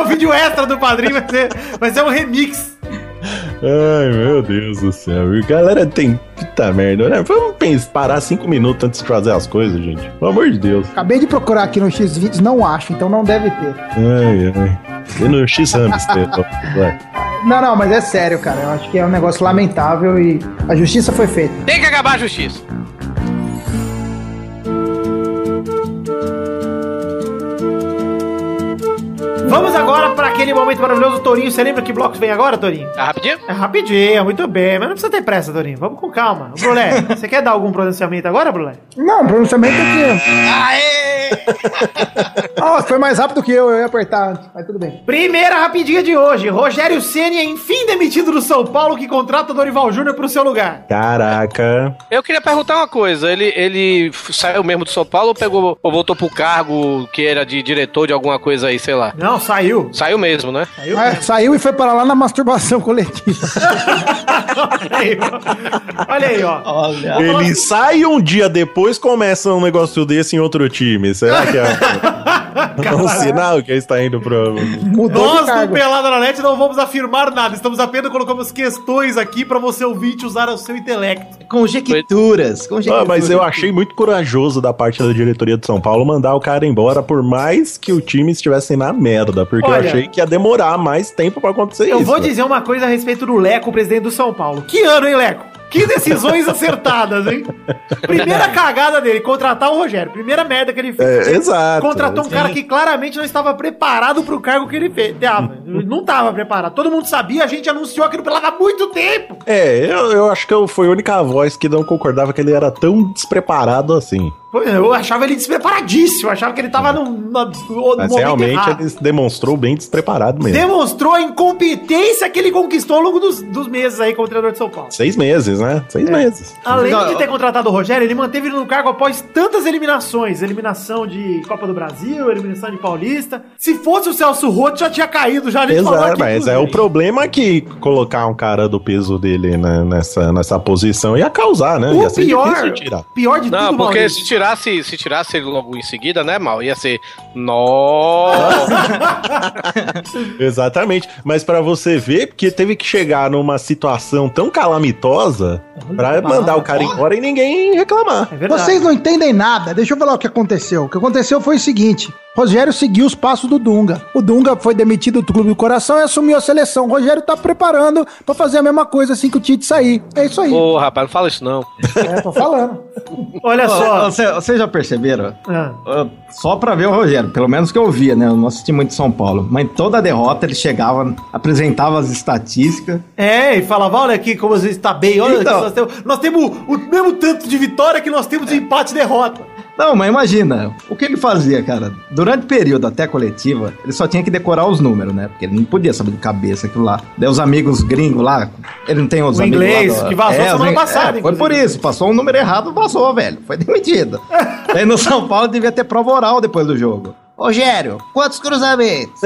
C: o vídeo extra do padrinho vai ser, vai ser um remix.
B: Ai, meu Deus do céu. E Galera, tem puta merda, né? Vamos pensar, parar cinco minutos antes de fazer as coisas, gente. Pelo amor de Deus.
F: Acabei de procurar aqui no X-Vídeos, não acho, então não deve ter.
B: Ai, ai. E no X-Hamster. ó, vai.
F: Não, não, mas é sério, cara. Eu acho que é um negócio lamentável e a justiça foi feita.
D: Tem que acabar a justiça.
C: Vamos agora pra aquele momento maravilhoso, Torinho. Você lembra que blocos vem agora, Torinho?
D: Tá rapidinho?
C: É rapidinho, muito bem, mas não precisa ter pressa, Torinho. Vamos com calma. Brulé, você quer dar algum pronunciamento agora, Brulé?
F: Não, pronunciamento aqui. Aê! Nossa, foi mais rápido que eu, eu ia apertar antes, mas tudo bem.
C: Primeira rapidinha de hoje. Rogério Ceni é enfim demitido do São Paulo que contrata Dorival Júnior pro seu lugar.
B: Caraca.
D: Eu queria perguntar uma coisa. Ele, ele f- saiu mesmo do São Paulo ou, pegou, ou voltou pro cargo que era de diretor de alguma coisa aí, sei lá?
C: Não, saiu.
D: Saiu mesmo, né?
F: Ah, saiu e foi para lá na masturbação coletiva.
C: Saiu. Olha aí, ó.
E: Olha.
B: Ele sai um dia depois, começa um negócio desse em outro time. Será que é é um sinal que ele está indo pro.
F: Mudou de
C: Nós do
F: cargo.
C: Pelada na Net não vamos afirmar nada. Estamos apenas colocando questões aqui pra você ouvinte usar o seu intelecto.
E: Conjecturas.
B: Ah,
E: Conjecturas.
B: mas eu achei muito corajoso da parte da diretoria de São Paulo mandar o cara embora, por mais que o time estivesse na merda, porque
C: Olha,
B: eu achei que ia demorar mais tempo pra acontecer
C: Eu
B: isso. né?
C: vou dizer uma coisa a respeito do Leco, presidente do São Paulo. Que ano, hein, Leco? Que decisões acertadas, hein? Primeira cagada dele, contratar o Rogério. Primeira merda que ele fez.
B: É, exato.
C: Contratou um cara que claramente não estava preparado pro cargo que ele fez. Tava. Não estava preparado. Todo mundo sabia, a gente anunciou aquilo pela há muito tempo.
B: É, eu, eu acho que eu fui a única voz que não concordava que ele era tão despreparado assim.
C: Pô, Eu achava ele despreparadíssimo, eu achava que ele estava no, no, no
B: Mas
C: momento
B: realmente
C: errado.
B: ele se demonstrou bem despreparado mesmo.
C: Demonstrou a incompetência que ele conquistou ao longo dos, dos meses aí como treinador de São Paulo.
B: Seis meses, né?
C: É.
B: Seis meses.
C: Além de ter contratado o Rogério, ele manteve ele no cargo após tantas eliminações. Eliminação de Copa do Brasil, eliminação de Paulista. Se fosse o Celso Roth, já tinha caído, já nem
B: Exato, mas é o
C: problema.
B: problema que colocar um cara do peso dele né, nessa, nessa posição ia causar, né? ia
C: O
B: ser
C: pior,
B: difícil tirar.
C: pior de
D: Não,
C: tudo,
D: porque
C: Maurício.
D: se tirasse, se tirasse ele logo em seguida, né, mal, ia ser. Nossa!
B: Exatamente. Mas pra você ver, porque teve que chegar numa situação tão calamitosa pra mandar o cara embora e ninguém reclamar.
C: É verdade.
F: Vocês não entendem nada. Deixa eu falar o que aconteceu. O que aconteceu foi o seguinte: Rogério seguiu os passos do Dunga. O Dunga foi demitido do Clube do Coração e assumiu a seleção. O Rogério tá preparando pra fazer a mesma coisa assim que o Tite sair. É isso aí.
D: Ô, rapaz, não fala isso não.
F: É, tô falando.
B: é
C: Olha só.
E: Vocês já perceberam?
C: Ah,
E: Ah, Só pra ver o Rogério, pelo menos que eu via, né? Eu não assisti muito São Paulo. Mas em toda derrota ele chegava, apresentava as estatísticas.
C: É, e falava, olha aqui como você está bem, olha
E: Então.
C: aqui, nós temos, nós temos o mesmo tanto de vitória que nós temos de empate e derrota.
E: Não, mas imagina, o que ele fazia, cara? Durante o período até a coletiva, ele só tinha que decorar os números, né? Porque ele não podia saber de cabeça aquilo lá. Daí os amigos gringos lá, ele não tem os
C: O
E: amigos lá
C: inglês,
E: do- É,
C: que vazou
E: os
C: semana
E: in-
C: passada,
E: foi por
C: inclusive.
E: isso, passou um número errado, vazou, velho. Foi demitido. Daí no São Paulo devia ter prova oral depois do jogo. Rogério, quantos cruzamentos?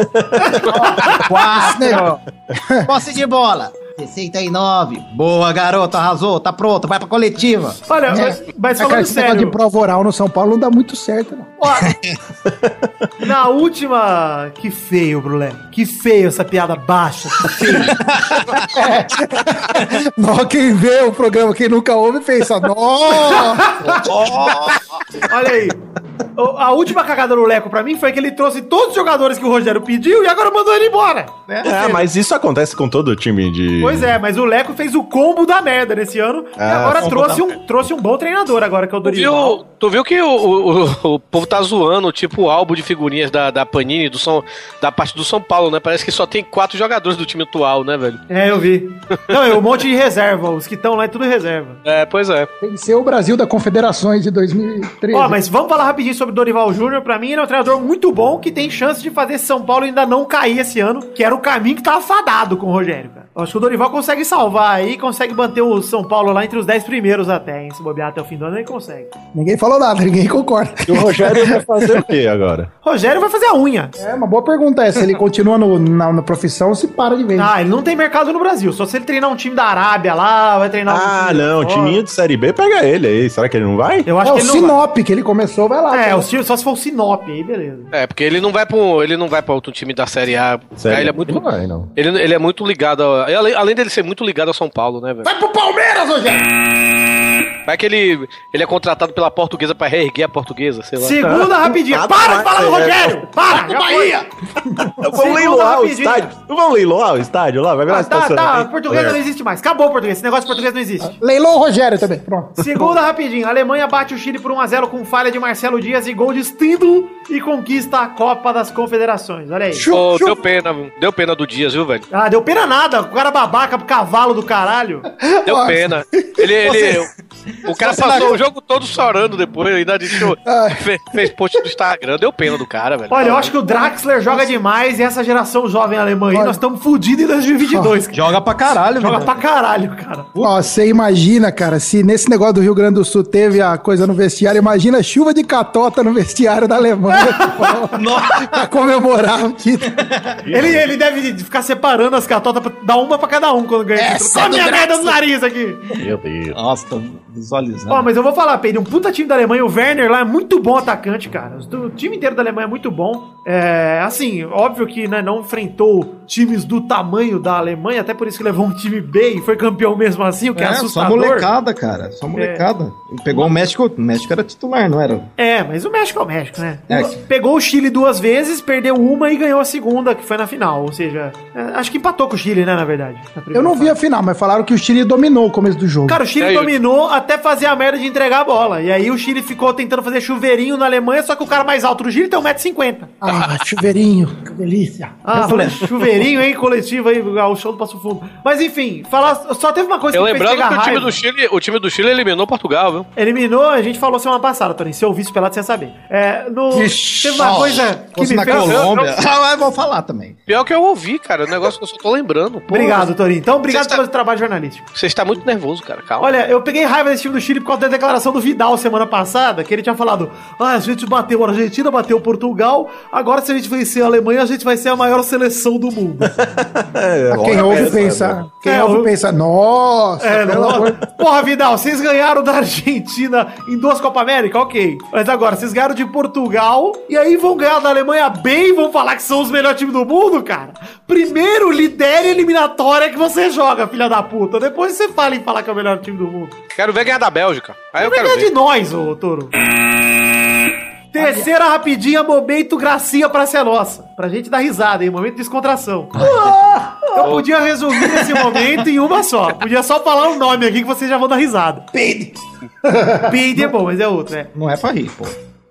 E: Quatro. Posse de bola. 69. Boa, garoto, arrasou. Tá pronto, vai pra coletiva.
C: Olha, mas, mas falando
F: É, cara, esse negócio de
C: sério,
F: prova oral no São Paulo não dá muito certo, não.
C: ó, na última... Que feio, Brulé. Que feio essa piada baixa. que feio.
F: Ó, quem vê o programa, quem nunca ouve, pensa, nossa!
C: olha aí. o- a última cagada do Leco pra mim foi que ele trouxe todos os jogadores que o Rogério pediu e agora mandou ele embora. Né?
B: É, mas isso acontece com todo o time de.
C: Pois é, mas o Leco fez o combo da merda nesse ano e
B: Ah,
C: agora
B: combo
C: trouxe
B: da
C: um, trouxe um bom treinador agora, que é o
D: Tu
C: Dorival.
D: viu, tu viu que o, o- o povo tá zoando, tipo, o álbum de figurinhas da, da Panini, do São, da parte do São Paulo, né? Parece que só tem quatro jogadores do time atual, né, velho?
C: É, eu vi. Não, é um monte de reserva. Os que estão lá é tudo reserva.
D: É, pois é.
J: Tem que ser o Brasil da Confederações de 2013.
C: Ó, mas vamos falar rapidinho sobre o Dorival Júnior. Pra mim, ele é um treinador muito bom que tem chance de fazer esse São Paulo ainda não cair esse ano, que era o caminho que tava fadado com o Rogério, cara. Eu acho que o Dorival consegue salvar aí, consegue manter o São Paulo lá entre os 10 primeiros até, hein? Se bobear até o fim do ano, ele consegue.
J: Ninguém falou nada, ninguém concorda.
B: E o Rogério vai fazer o quê agora?
C: Rogério vai fazer a unha.
F: É, uma boa pergunta é se ele continua no- na, na profissão ou se para de vez.
C: Ah, ele não tem mercado no Brasil. Só se ele treinar um time da Arábia lá, vai treinar um
B: Ah,
C: time
B: não,
C: fora.
B: timinho de Série B, pega ele aí. Será que ele não vai?
C: Eu
F: é
C: acho
F: o
C: que ele não
F: Sinop que ele começou, vai lá.
C: vai. É,
F: cara.
C: o Sinop, só se for o Sinop, aí beleza.
D: É, porque ele não vai pra, um- ele não vai pra outro time da Série A.
B: Série
D: ele é
B: B
D: muito.
B: Não vai, não.
D: Ele, ele é muito ligado. A, ele- além dele ser muito ligado ao São Paulo, né, velho? Vai pro Palmeiras, Rogério! Vai que ele, ele é contratado pela portuguesa pra reerguer a portuguesa, sei lá.
C: Segunda rapidinha.
B: Nada
C: Para de
B: mais,
C: falar do
B: é.
C: Rogério! Para! Já foi.
B: Vamos leiloar o estádio. Não vamos leiloar o estádio lá? Vai virar
C: Ah, tá, tá,
B: estacionamento. É.
C: português não existe mais. Acabou o português. Esse negócio de português não existe.
J: Leilou o Rogério também. Pronto.
C: Segunda rapidinho. A Alemanha bate o Chile por 1x0 com falha de Marcelo Dias e gol de Stindl e conquista a Copa das Confederações. Olha aí.
D: Pô, deu pena, deu pena do Dias, viu, velho?
C: Ah, deu pena nada. O cara babaca pro cavalo do caralho.
D: Deu pena. Ele, ele, o cara passou o jogo todo chorando depois, ainda disse, fez, fez post do Instagram, deu pena do cara, velho.
C: Olha, eu acho que o Draxler joga demais e essa geração jovem alemã aí, nós estamos fodidos em 2022. cara.
I: Joga pra caralho,
C: Joga
I: velho.
C: pra caralho, cara.
J: Ó, você imagina, cara, se nesse negócio do Rio Grande do Sul teve a coisa no vestiário, imagina a chuva de catota no vestiário da Alemanha pra comemorar o título.
C: Ele, ele deve ficar separando as catotas pra dar uma pra cada um quando ganha. título. Toma minha merda no nariz aqui.
B: Meu Deus.
I: Nossa, tô
C: Ó,
I: visualizando.
C: mas eu vou falar, Pedro, um puta time da Alemanha, o Werner lá é muito bom atacante, cara. Os do- O time inteiro da Alemanha é muito bom. É, assim, óbvio que né, não enfrentou times do tamanho da Alemanha, até por isso que levou um time B e foi campeão mesmo assim, o que é,
I: É, só
C: assustador. É.
I: molecada, cara. Só molecada. Pegou o México. O México era titular, não era?
C: É, mas o México é o México, né?
I: É.
C: Pegou o Chile duas vezes, perdeu uma e ganhou a segunda, que foi na final. Ou seja, é, acho que empatou com o Chile, né, na verdade. na primeira
F: Eu não vi a
C: fase.
F: final, mas falaram que o Chile dominou o começo do jogo.
C: Cara, o Chile
D: É, eu-
C: dominou até fazer a merda de entregar a bola. E aí o Chile ficou tentando fazer chuveirinho na Alemanha, só que o cara mais alto do Chile tem 1,50m.
J: Ah, chuveirinho, que delícia.
C: Ah, chuveirinho, hein? Coletivo aí, o show do Passo Fundo. Mas enfim, falar, só teve uma coisa
D: Eu
C: me fez
D: lembrando que
C: pegar
D: o time
C: raiva.
D: do Chile, o time do Chile eliminou Portugal, viu?
C: Eliminou, a gente falou semana passada, Tony. Se eu ouvisse pelado, você ia saber. É, no, teve uma coisa é, que
I: Fosse
C: me
I: na
E: tá
C: fez.
I: Colômbia. Ah, eu vou falar também.
D: Pior que eu ouvi, cara, o negócio que eu só tô lembrando. Pô,
C: Obrigado, Tony. Então, obrigado
D: Você está-
C: pelo trabalho jornalístico.
D: Você está muito nervoso, cara, calma.
C: Olha, eu peguei raiva desse time do Chile por causa da declaração do Vidal semana passada, que ele tinha falado: ah, a gente bateu a Argentina, bateu Portugal, agora se a gente vencer a Alemanha, a gente vai ser a maior seleção do mundo.
E: É,
F: Ah,
J: Pra quem ouve
E: né?
J: pensar, quem
C: É, eu-
J: ouve pensa, nossa,
C: É,
J: pelo
C: não.
J: amor-
C: Porra, Vidal, vocês ganharam da Argentina em duas Copa América? Ok. Mas agora, vocês ganharam de Portugal e aí vão ganhar da Alemanha bem e vão falar que são os melhores times do mundo, cara? Primeiro, lidere a eliminatória que você joga, filha da puta. Depois você fala em falar que é o melhor time do mundo.
D: Quero ver ganhar da Bélgica. Aí eu
C: Vai
D: quero
C: ganhar de
D: ver.
C: nós, ô Toro. Terceira rapidinha, momento gracinha pra ser nossa. Pra gente dar risada, hein? Momento de descontração. Eu podia resumir esse momento em uma só. Podia só falar um nome aqui que vocês já vão dar risada. Peide. Peide é bom, mas é outro, é.
I: Não é pra rir, pô.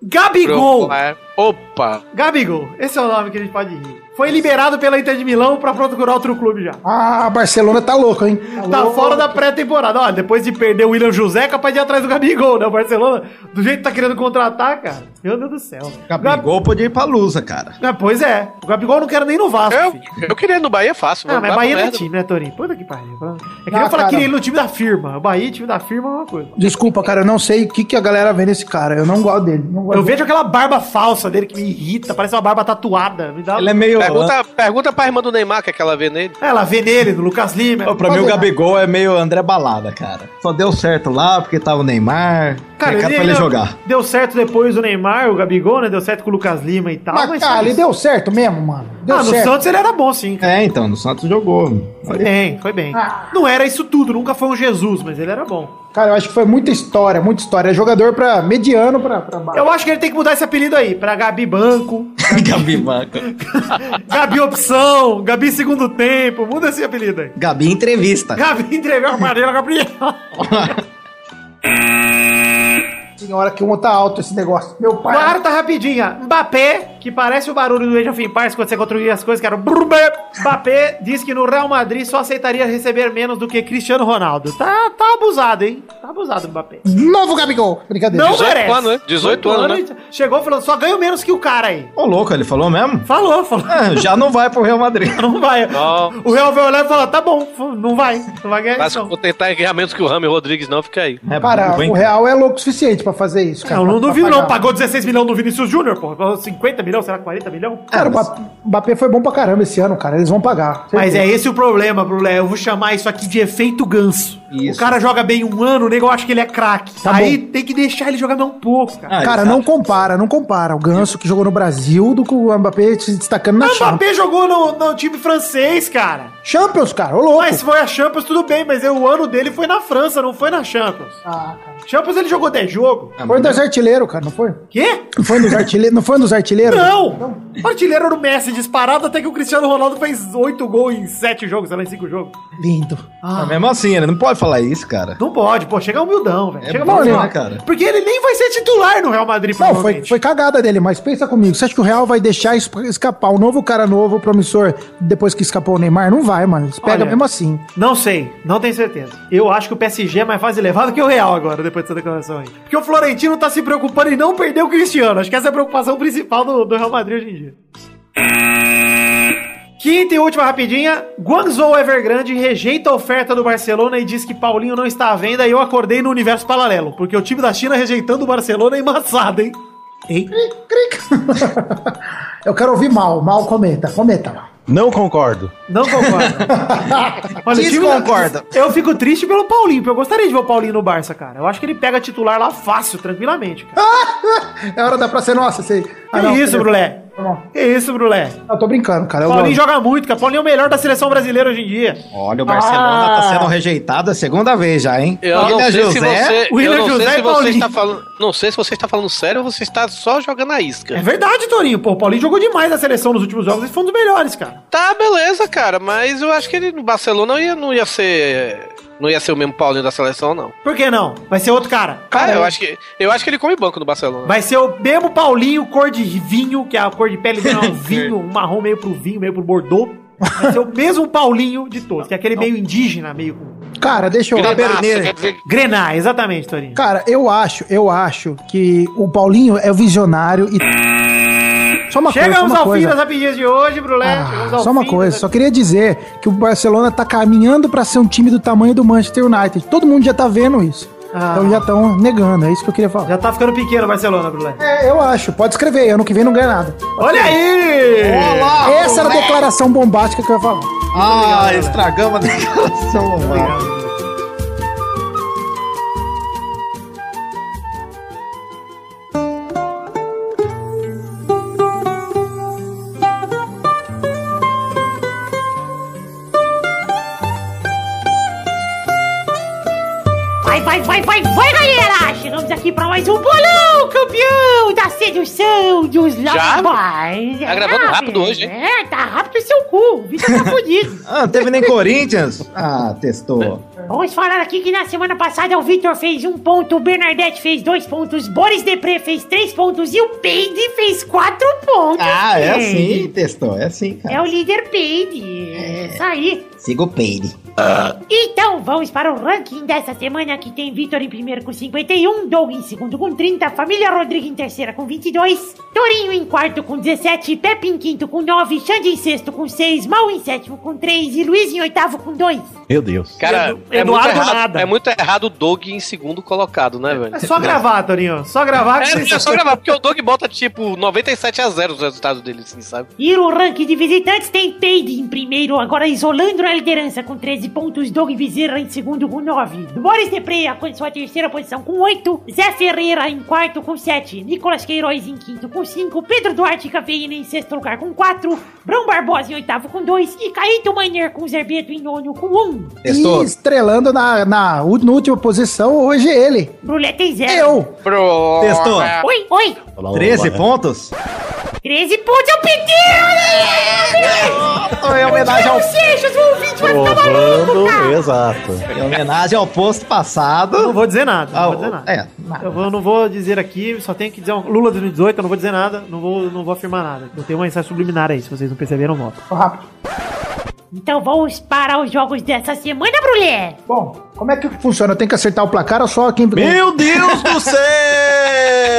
C: Gabigol.
D: É. Opa!
C: Gabigol. Esse é o nome que a gente pode rir. Foi liberado pela Inter de Milão pra procurar outro clube já.
J: Ah, Barcelona tá louco, hein?
C: Tá fora da pré-temporada. Ó, depois de perder o William José, é capaz de ir atrás do Gabigol, né? O Barcelona, do jeito que tá querendo contratar, cara. Meu Deus do céu. Gab-
I: Gabigol podia ir pra Lusa, cara.
C: Ah, pois é. O Gabigol eu não quero nem no Vasco,
D: Eu,
C: filho.
D: eu queria ir no Bahia fácil,
C: Ah,
D: vai
C: mas
D: pra
C: Bahia não é
D: merda.
C: time, né, Torinho? Puta que pariu. É que nem
J: Ah,
C: eu falar que
J: cara.
C: queria ir no time da firma. O Bahia, time da firma é uma coisa.
J: Desculpa, cara, eu não sei o que, que a galera vê nesse cara. Eu não gosto dele. Não gosto
C: Eu vejo aquela barba falsa dele que me irrita, parece uma barba tatuada. Me dá... um-
I: Ele é meio.
D: Pergunta, pergunta pra irmã do Neymar, que é aquela vê nele.
C: Ela vê nele, no Lucas Lima.
I: Ô, pra mim, o Gabigol é meio André Balada, cara. Só deu certo lá porque tava o Neymar. Cara, pra ele
C: ainda
I: jogar.
C: Deu certo depois o Neymar, o Gabigol, né? Deu certo com o Lucas Lima e tal.
J: Mas, cara, ele deu certo mesmo, mano.
F: Deu
C: ah, no
F: certo.
C: Santos ele era bom, sim.
E: É, então, no Santos jogou.
C: Foi bem, foi bem.
F: Ah.
C: Não era isso tudo, nunca foi um Jesus, mas ele era bom.
F: Cara, eu acho que foi muita história, muita história. É jogador pra mediano pra, pra baixo.
C: Eu acho que ele tem que mudar esse apelido aí, pra Gabi Banco,
I: Gabi Manco.
C: Gabi Opção, Gabi Segundo Tempo, muda esse apelido aí.
I: Gabi entrevista.
C: Gabi entreveu a Marina Gabriel.
F: Senhora, que uma tá alto esse negócio. Meu
D: é?
F: pai. é
C: Claro, tá rapidinha. Mbappé, que parece o barulho do Age of Empires quando você construía as coisas, que era o brum, brum. Mbappé diz que no Real Madrid só aceitaria receber menos do que Cristiano Ronaldo. Tá, tá abusado, hein? Tá abusado o Mbappé.
F: Novo Gabigol. Brincadeira.
C: Não
D: 18
C: merece.
D: anos, né? 18 anos,
C: né? Chegou falando, só ganho menos que o cara aí.
E: Ô, louco, ele falou mesmo?
C: Falou, falou.
E: É, já não vai pro Real Madrid.
C: Não vai.
D: Não.
C: O Real vai olhar e falar, tá bom, não vai. Não vai ganhar
D: Mas
C: isso, não.
D: vou tentar ganhar menos que o Rami Rodrigues, não, fica aí.
E: É,
F: Cara,
E: bem-
F: o Real é louco o suficiente pra fazer isso, cara.
C: É, Eu não
F: Pra- pra
C: duvido, não.
F: pagar.
C: Pagou 16 milhões no Vinícius Júnior, porra. Pagou 50 milhões, será 40 milhões?
F: Cara, o Ba- Mbappé foi bom pra caramba esse ano, cara. Eles vão pagar.
C: Mas é esse o problema, Brulé. Eu vou chamar isso aqui de efeito ganso.
E: Isso.
C: O cara joga bem um ano, o nego acha que ele é craque.
F: Tá
C: Aí tem que deixar ele jogar mais um pouco, cara.
I: Ah,
F: Cara,
I: exato.
F: não compara, não compara. O Ganso que jogou no Brasil do que o Mbappé se destacando na
C: o
F: Champions.
C: Ah, Mbappé jogou no, no time francês, cara.
F: Champions, cara, ô louco.
C: Mas foi a Champions, tudo bem, mas o ano dele foi na França, não foi na Champions.
F: Ah, cara.
C: Champions ele jogou 10 jogo.
D: Ah.
F: Foi um dos artilheiros, cara, não foi?
C: Quê?
F: Não foi um dos artilheiros? Não foi um dos artilheiros?
C: Não! O artilheiro era o Messi disparado até que o Cristiano Ronaldo fez 8 gols em 7 jogos, sei lá, em 5 jogos. É
F: Lindo.
E: Mas mesmo assim, ele não pode falar isso, cara.
C: Ah, Não pode, pô, chega humildão, velho.
E: É
C: chega
E: bom,
C: humildão.
E: né, cara?
C: Porque ele nem vai ser titular no Real Madrid,
F: Não, foi,
C: provavelmente.
F: foi cagada dele, mas pensa comigo. Você acha que o Real vai deixar es- escapar o novo cara novo, promissor, depois que escapou o Neymar? Não vai, mano. Eles pegam
C: Olha.
F: mesmo assim.
C: Não sei, não tenho certeza. Eu acho que o PSG é mais fácil levar do que o Real agora, depois dessa declaração aí. Porque o Florentino tá se preocupando em não perder o Cristiano. Acho que essa é a preocupação principal do, do Real Madrid hoje em dia. Quinta e última rapidinha. Guangzhou Evergrande rejeita a oferta do Barcelona e diz que Paulinho não está à venda e eu acordei no universo paralelo. Porque o time da China rejeitando o Barcelona é embaçado, hein? Hein?
F: Eu quero ouvir mal, mal comenta, comenta lá.
B: Não concordo.
C: Não concordo. Olha, o time da-
I: Desconcordo.
C: Eu fico triste pelo Paulinho, porque eu gostaria de ver o Paulinho no Barça, cara. Eu acho que ele pega titular lá fácil, tranquilamente, cara.
F: É hora da praça nossa, Ah, você.
C: que isso, Brulé. É
F: Tá bom.
C: Que isso, Brulé.
F: Eu tô brincando, cara. Eu
C: Paulinho
F: gosto.
C: joga muito, cara. Paulinho é o melhor da seleção brasileira hoje em dia.
E: Olha, o Barcelona tá
C: Ah.
E: sendo rejeitado a segunda vez já, hein?
D: Eu não, sei
E: William
D: se você, eu
C: William
D: não sei
C: José é
D: se
C: e
D: você
C: Paulinho.
D: está falando, não sei se você está falando sério ou você está só jogando a
C: É
D: isca.
C: verdade, Torinho. Pô, o Paulinho jogou demais na seleção nos últimos jogos. Ele foi um dos melhores, cara.
D: Tá, beleza, cara, mas eu acho que ele no Barcelona não ia, não ia ser, não ia ser o mesmo Paulinho da seleção não.
C: Por que não? Vai ser outro cara.
D: Cara, eu acho que eu acho que ele come banco no Barcelona.
C: Vai ser o mesmo Paulinho, cor de vinho, que é a cor de pele dele é um vinho, um marrom meio pro vinho, meio pro bordô. Vai ser o mesmo Paulinho de todos, que é aquele meio indígena, meio com...
F: Cara, deixa eu.
D: Grenaça, tá quer dizer,
C: Grená, exatamente, Torinho.
F: Cara, eu acho, eu acho que o Paulinho é o visionário e. Só uma coisa, só
C: Chegamos
F: uma
C: ao fim
F: coisa.
C: das rapidinhas de hoje, Brulé. Chegamos
F: Ah,
C: ao
F: só uma
C: fim
F: coisa,
C: das-
F: só queria dizer que o Barcelona tá caminhando pra ser um time do tamanho do Manchester United. Todo mundo já tá vendo isso.
C: Ah.
F: Então já estão negando, é isso que eu queria falar.
C: Já tá ficando pequeno o Barcelona, Brulé.
F: É, eu acho, pode escrever, ano que vem não ganha nada.
C: Olha aí!
D: Ah,
C: Olá!
F: Essa era a declaração bombástica que eu ia falar.
E: Ah, estragamos a declaração, mano.
K: Vai, vai, vai, vai, vai, galera! Chegamos aqui pra mais um bolão, campeão da sedução dos
D: Já?
K: Loveboys.
D: Tá gravando rápido hoje, hein?
K: É, tá rápido o seu cu, o bicho tá fudido.
E: Ah, não teve nem Corinthians? Ah, testou.
K: Vamos falar aqui que na semana passada o Victor fez um ponto, o Bernadette fez dois pontos, Boris Depré fez três pontos e o Peide fez quatro pontos.
E: Ah, é assim,
K: gente.
E: testou, é assim,
K: É
E: cara.
K: o líder Peide, é isso aí.
E: Siga o Peire.
K: Então, vamos para o ranking dessa semana, que tem Vitor em primeiro com 51, Doug em segundo com 30, Família Rodrigo em terceira com 22, Torinho em quarto com 17, Pepe em quinto com 9, Xande em sexto com 6, Mal em sétimo com 3 e Luiz em oitavo com 2.
B: Meu Deus.
D: Cara,
C: Edu-
D: é, muito
C: Eduardo
D: errado,
C: nada.
D: é muito errado o Doug em segundo colocado, né, velho?
C: É só gravar, Torinho. Só gravar. que
D: É,
C: vocês-
D: é só gravar, porque o Doug bota tipo 97 a 0 os resultados dele, assim, sabe?
K: E no ranking de visitantes tem Peide em primeiro, agora isolando na liderança com 13 13 pontos, Doug Vizerra em segundo com 9. Boris Depré alcançou a terceira posição com 8. Zé Ferreira em quarto com 7. Nicolas Queiroz em quinto com 5. Pedro Duarte Caveira em sexto lugar com 4. Brão Barbosa em oitavo com 2. E Caíto Mainer com Zerbeto em nono com 1.
F: E estrelando na, na, u- na última posição hoje ele.
K: Brulé tem
C: É.
K: 0.
D: Eu!
E: Testou.
K: Oi, oi.
E: 13 pontos?
K: 13 pontos eu pedi!
E: Foi em homenagem ao-
K: Seixas, o ouvinte vai ficar
C: tá
K: maluco, cara!
B: Provando, exato.
E: Em homenagem ao posto passado.
C: Não vou dizer nada, não
E: Ah,
C: vou dizer nada.
E: é.
C: Eu, vou- não vou dizer aqui, só tenho que dizer. um- Lula 2018, eu não vou dizer nada, não vou, não vou afirmar nada. Eu tenho uma mensagem subliminar aí, se vocês não perceberam, volta.
K: Então vamos para os jogos dessa semana, Brulé!
F: Bom, como é que funciona? Eu tenho que acertar o placar ou só quem...
B: Meu Deus do céu!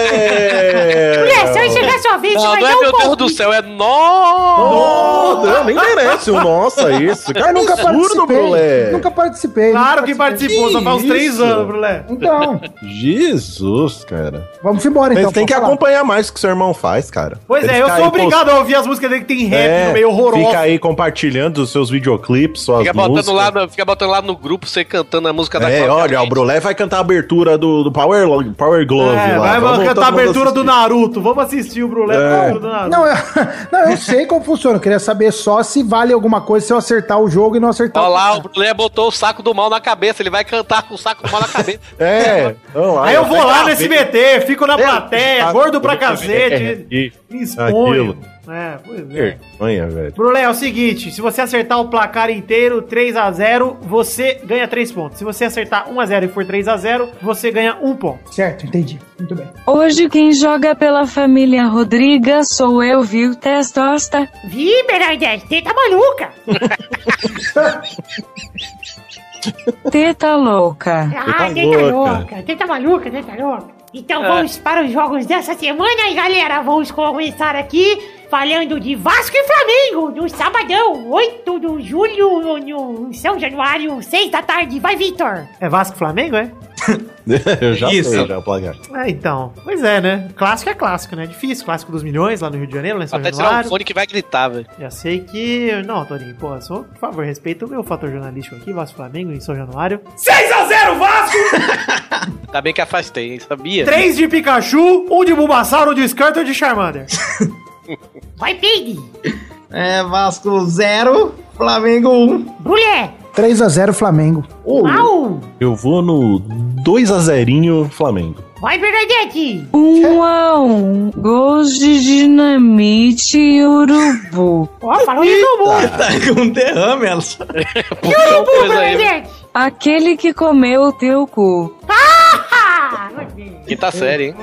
K: Brulé, se eu chegar a sua vez,
D: Não,
K: você
D: não
K: vai dar
D: é
K: um
D: meu Deus
K: palpite.
D: do céu, é nó!
B: Não, não, nem merece o nossa isso. Cara, nunca absurdo, Brulé.
F: Nunca participei.
C: Claro
F: nunca
C: que
F: participei.
C: participou, só faz uns
B: isso?
C: 3 anos, Brulé.
F: Então,
B: Jesus, cara.
F: vamos embora então.
B: Mas tem que
F: pode falar.
B: acompanhar mais o que seu irmão faz, cara.
C: Pois
B: Ele
C: é, eu
B: fica
C: sou
B: aí
C: obrigado a ouvir as músicas dele que tem rap
B: É,
C: no meio horroroso.
B: Fica aí compartilhando os seus videoclipes, suas
D: Fica
B: músicas.
D: botando, lá, no- fica botando lá no grupo, você cantando a música da
B: É,
D: Cláudia
B: olha, o
D: Leite.
B: Brulé vai cantar a abertura do, do Power, Lo- Power Glove
C: É,
B: lá.
C: vai
B: Vamos
C: cantar a
B: todo mundo
C: abertura do
B: assistir.
C: Naruto. Vamos assistir o Brulé na abertura do Naruto.
F: Não eu, não, eu sei como funciona. Eu queria saber só se vale alguma coisa se eu acertar o jogo e não acertar
D: Olha lá,
F: placar.
D: o Brulé botou o saco do mal na cabeça, ele vai cantar com o saco do mal na cabeça.
B: É. Não,
C: Aí eu vou lá no
B: nesse
C: SBT, fico na plateia,
B: tá-
C: gordo pra
B: é,
C: cacete,
B: é,
C: me exponho.
B: aquilo.
C: É, pois é.
B: Vergonha, velho.
C: Brulé, é o seguinte, se você acertar o placar inteiro, 3x0, você ganha 3 pontos. Se você acertar 1x0 e for 3x0, você ganha 1 ponto.
F: Certo, entendi. Muito bem.
L: Hoje quem joga pela família Rodriga sou eu, viu, Testosta?
K: Vi, Bernadette, você tá maluca!
L: Teta louca.
K: Ah, você tá louca, você tá maluca, você tá louca. Então
D: É.
K: vamos para os jogos dessa semana e galera, vamos começar aqui falando de Vasco e Flamengo no sabadão, 8 de julho, no, no- em São Januário, 6 da tarde. Vai, Vitor!
C: É Vasco e Flamengo, é?
B: Eu já
I: Isso.
B: sei, já o placar.
C: É, então. Pois é, né? Clássico é clássico, né? Difícil, clássico dos milhões lá no Rio de Janeiro, lá em São
D: Até tirar um
C: Januário.
D: fone que vai gritar, velho.
C: Já sei que... Não, Toninho, pô, só, por favor, respeita o meu fator jornalístico aqui, Vasco e Flamengo em São Januário. 6x0 Vasco!
D: Ainda bem que afastei, hein? sabia?
C: 3 de Pikachu, 1 de Bulbasaur, 1 de Squirtle e de Charmander.
K: Vai, Pig!
E: É, Vasco 0, Flamengo 1. Um.
K: Brulé!
F: 3x0 Flamengo.
K: Au!
B: Eu vou no 2 a 0 Flamengo.
K: Vai, Bernadette!
L: Um a um, gols de dinamite e urubu.
K: Ó, falou de novo!
I: Tá com derrame, ela.
D: Puta coisa aí,
K: Bernadette!
L: Aquele que comeu o teu cu.
K: Ah, gostei.
D: que tá sério, hein?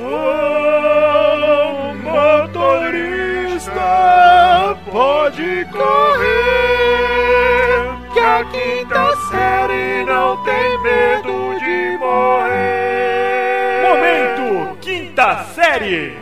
G: Motorista, pode correr, que a quinta série não tem medo de morrer. Momento, quinta série.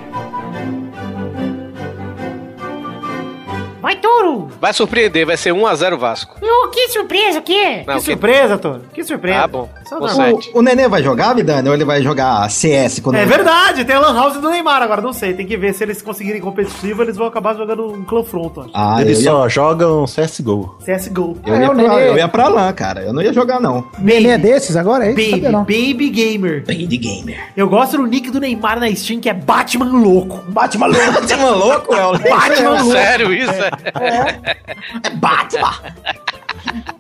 K: Vai, Touro!
D: Vai surpreender, vai ser 1x0 Vasco.
K: Ô, que surpresa, o quê?
D: Não,
C: Que
D: que-
C: surpresa, Tony. Que surpresa.
D: Tá bom.
C: Só
D: Com
C: não.
D: sete.
E: O, o Nenê vai jogar, Vidani, ou ele vai jogar CS? Quando
C: É
E: ele-
C: verdade, tem a Lan House do Neymar agora, não sei. Tem que ver se eles conseguirem competitivo, eles vão acabar jogando um clã front, acho.
E: Ah,
B: Eles
E: eu ia,
B: só jogam CSGO.
C: CSGO.
E: eu,
F: Ah, é
E: ia
F: o
E: pra,
F: Nenê.
E: eu ia pra lá, cara. Eu não ia jogar, não.
F: Nenê é desses agora? É isso?
C: Baby,
F: Sabia não.
C: Baby Gamer.
E: Bem de gamer.
C: Eu gosto do nick do Neymar na Steam, que é Batman Louco.
E: Batman louco. Batman louco, é o
C: Batman louco.
D: tá Sério isso? É.
E: Batman.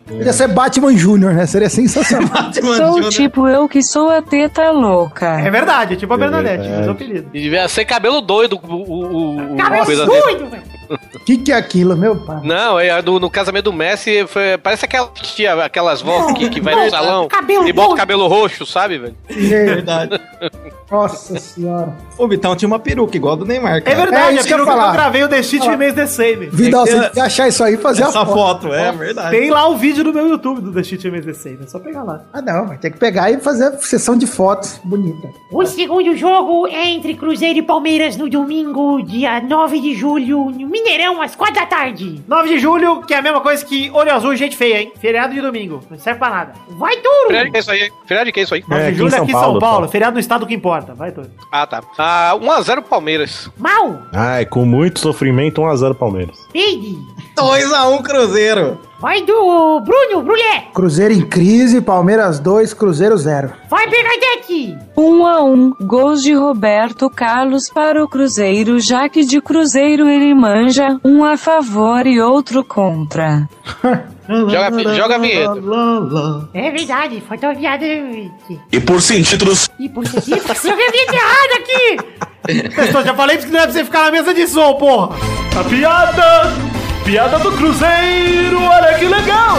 F: Podia ser Batman Júnior, né? Seria sensacional.
E: Batman
L: Sou
E: Júnior.
L: tipo eu que sou a teta
C: É
L: louca.
C: verdade, é tipo a
B: É
C: Bernadette,
B: verdade.
C: mas é o apelido.
D: E Devia ser cabelo doido. O, o, o,
K: Cabelo
D: coisa dele.
K: doido, velho!
F: O que, que é aquilo, meu pai?
D: Não, é, do- no casamento do Messi, foi- parece aquela tia, aquelas vó que, que vai no salão
K: cabelo
D: e bota
K: roxo.
D: o cabelo roxo, sabe, velho?
F: Que-
E: Verdade.
F: Nossa senhora.
E: O Vitão tinha uma peruca igual a do Neymar,
C: É
E: cara.
C: verdade,
F: É
C: é,
F: isso que eu
C: aquilo
F: ia
C: que eu
F: falar.
C: gravei o The Cheat Remains The Same.
F: Vidal,
E: É que-
F: você tem que achar isso aí e fazer
E: Essa
F: a foto.
E: foto, é verdade.
C: Tem lá o vídeo no meu YouTube do The Cheat Remains The Same, é só pegar lá.
F: Ah, não. Vai ter que pegar e fazer a sessão de fotos bonita.
K: O segundo jogo é entre Cruzeiro e Palmeiras no domingo, dia 9 de julho, no Mineirão, às 4 da tarde.
C: 9 de julho, que é a mesma coisa que olho azul e gente feia, hein? Feriado de domingo, não serve pra nada.
K: Vai, Touro!
D: Feriado de que é isso aí? Feriado de que é isso aí?
C: 9
B: É,
C: de
B: aqui
C: julho
B: em
C: é
B: São
C: aqui em São Paulo,
B: Paulo, Paulo.
C: feriado no estado que importa, vai, Tony.
D: Ah, tá. Ah, 1x0 Palmeiras.
K: Mal!
B: um Ai, com muito sofrimento, 1x0 Palmeiras.
K: Pig!
E: 2x1 Cruzeiro.
K: Vai do Bruno, Brulé.
F: Cruzeiro em crise, Palmeiras 2, Cruzeiro 0.
K: Vai, Bernadette.
L: 1 a 1 gols de Roberto Carlos para o Cruzeiro, já que de Cruzeiro ele manja, um a favor e outro contra.
D: Joga, a vi- joga a vinheta.
K: É verdade, foi tão viado.
M: E por sentidos.
K: né, E por isso, joguei a vinheta errada aqui.
C: Pessoal, já falei pra você que não é pra você ficar na mesa de som, porra. A piada, piada do Cruzeiro, olha que legal.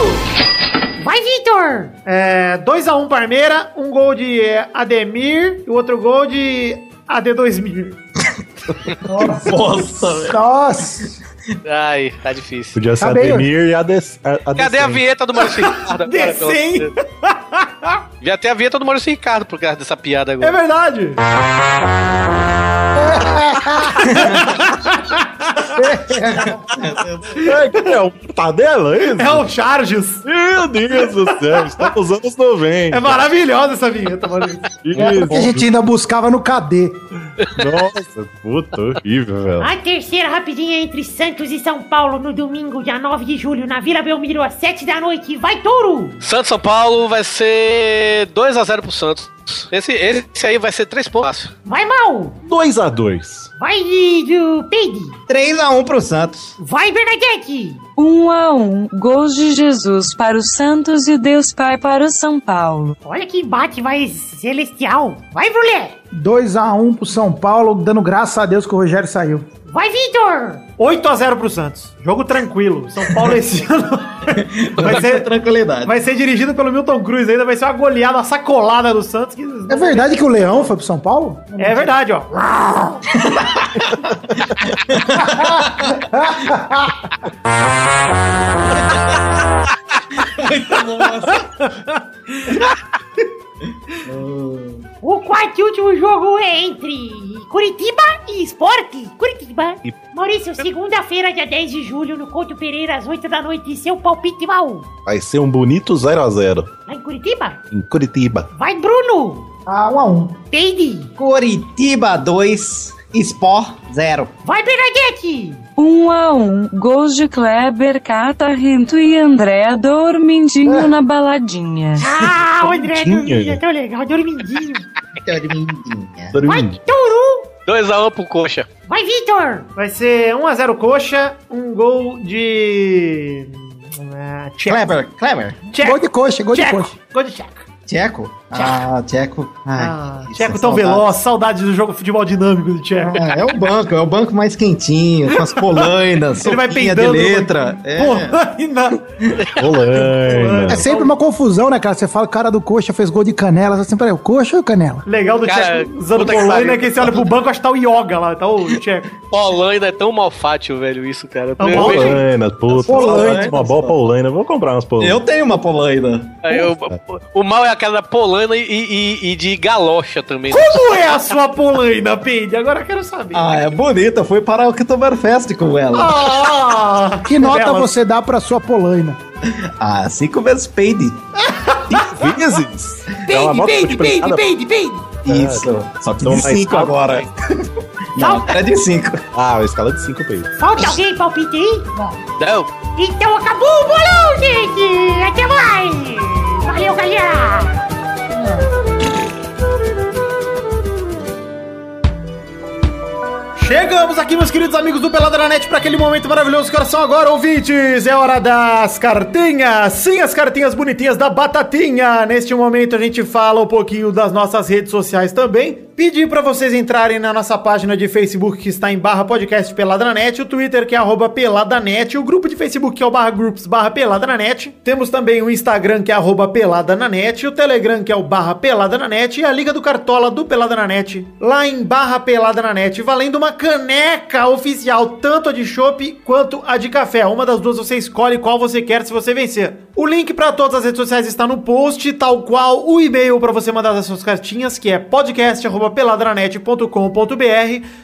K: Vai, Vitor.
C: É, 2x1 Parmeira, um gol de é, Ademir e o outro gol de AD2000.
I: Nossa, velho.
F: Nossa.
D: Ai, tá difícil.
B: Podia ser
C: É.
D: Cadê
B: Ademir e Ades- a- Adesem.
D: Cadê a vinheta do Maurício Ricardo? agora, pelo amor de
C: Adesem.
D: Deus? Já tem a vinheta do Maurício Ricardo por causa dessa piada agora.
C: É verdade.
B: É, é o Tadela, é isso?
C: É o Charges.
B: Meu Deus do céu, estamos nos anos 90.
C: É maravilhosa essa vinheta, mano.
F: É porque a gente ainda buscava no KD.
B: Nossa,
C: É.
B: puta, horrível, velho.
K: A terceira rapidinha entre Santos e São Paulo no domingo, dia 9 de julho, na Vila Belmiro, às 7 da noite. Vai, Touro!
D: Santos São Paulo vai ser 2x0 pro Santos. Esse, esse aí vai ser 3 pontos.
K: Vai, Mal!
B: 2x2.
K: Vai, do Peide!
I: 3x1 pro Santos.
K: Vai, Bernadette!
L: 1 a 1 gols de Jesus para o Santos e Deus Pai para o São Paulo.
K: Olha que embate mais celestial! Vai, Brulé!
F: 2x1 pro São Paulo, dando graças a Deus que o Rogério saiu.
K: Vai, Vitor!
C: 8x0 pro Santos. Jogo tranquilo. São Paulo esse ano. vai ser
I: tranquilidade.
C: Vai ser dirigido pelo Milton Cruz ainda. Vai ser uma goleada, uma sacolada do Santos. que-
F: É verdade que o Leão foi pro São Paulo?
C: É verdade, ó.
K: O quarto e último jogo é entre Curitiba e Esporte. Curitiba.
B: E-
K: Maurício, segunda-feira, dia 10 de julho, no Couto Pereira, às 8 da noite, seu palpite mal.
B: Vai ser um bonito 0x0
K: Lá em Curitiba?
B: em Curitiba.
K: Vai, Bruno!
F: Ah, 1x1.
K: Peide!
I: Coritiba 2, Sport 0.
K: Vai, Bernadette!
L: 1 a 1 gols de Kleber, Catarrento e André Dormindinho na baladinha.
K: Ah, o André
L: Dormidinho.
K: dormindo, é tão legal, dormidinho.
I: Dormidinha.
K: Vai, Touro!
D: 2x1 pro Coxa.
K: Vai, Vitor!
C: Vai ser 1x0 Coxa, um gol de. Ah, Tcheco.
I: Kleber, Kleber.
C: Tcheco.
F: Gol de coxa, gol de
C: Tcheco.
F: coxa.
C: Gol de Tcheco.
I: Tcheco? Ah, Tcheco. Ah, que
C: Tcheco
E: é
I: isso,
C: tão
I: saudade.
C: veloz, saudade do jogo futebol dinâmico do Tcheco.
I: Ah, é o banco, é o banco mais quentinho, com as polainas,
C: Ele vai
I: sopinha de
C: peidando,
I: letra.
C: vai-
I: É.
C: Polaina.
B: Olana.
F: É sempre uma confusão, né, cara? Você fala, o cara do coxa fez gol de canela. Você sempre é o coxa ou canela?
C: Legal do
D: Cara,
C: Tcheco usando
D: puta que
C: Polaina é
D: pariu.
C: que você olha pro banco, acho que tá o Yoga lá, tá o Tcheco.
D: Holanda é tão malfátil, velho, isso, cara. Eu,
C: Tá
D: eu, vejo-
B: Paulana, puta.
I: Polainas,
B: Uma boa Paulana. Vou comprar umas Paulanas.
I: Eu tenho uma polaina.
D: eu- o mal é aquela da Polana e, e- e de galocha também. né?
C: Como é a sua Polaina, Peide? Agora eu quero saber.
I: Ah, é bonita, fui para o Oktoberfest com ela.
C: Ah,
F: Que nota
C: Bela.
F: você dá pra sua polaina?
I: Ah, cinco vezes peide.
B: Cinco vezes? É uma moto
K: Peide, peide, peide,
B: multiplicada.
K: peide, peide!
I: Isso. Só que
B: Então,
I: de
B: mais
I: cinco
B: alto,
I: agora. Não, é de cinco.
B: Ah, a escala de 5 peitos.
K: Falta alguém palpite aí?
D: Não.
K: Então acabou o bolão, gente! Até mais! Valeu, galera!
C: Chegamos aqui, meus queridos amigos do Pelada na Net, para aquele momento maravilhoso que horas são agora, ouvintes. É hora das cartinhas. Sim, as cartinhas bonitinhas da Batatinha. Neste momento a gente fala um pouquinho das nossas redes sociais também. Pedi para vocês entrarem na nossa página de Facebook que está em barra podcast Pelada na Net, o Twitter que é arroba Peladanet, o grupo de Facebook que é o barra groups barra Pelada na Net. Temos também o Instagram que é arroba Pelada na Net, o Telegram que é o barra Pelada na Net e a Liga do Cartola do Pelada na Net. Lá em barra Pelada na Net, valendo uma caneca oficial, tanto a de chopp quanto a de café. Uma das duas você escolhe qual você quer se você vencer. O link para todas as redes sociais está no post, tal qual o e-mail para você mandar as suas cartinhas, que é podcast@peladranet.com.br.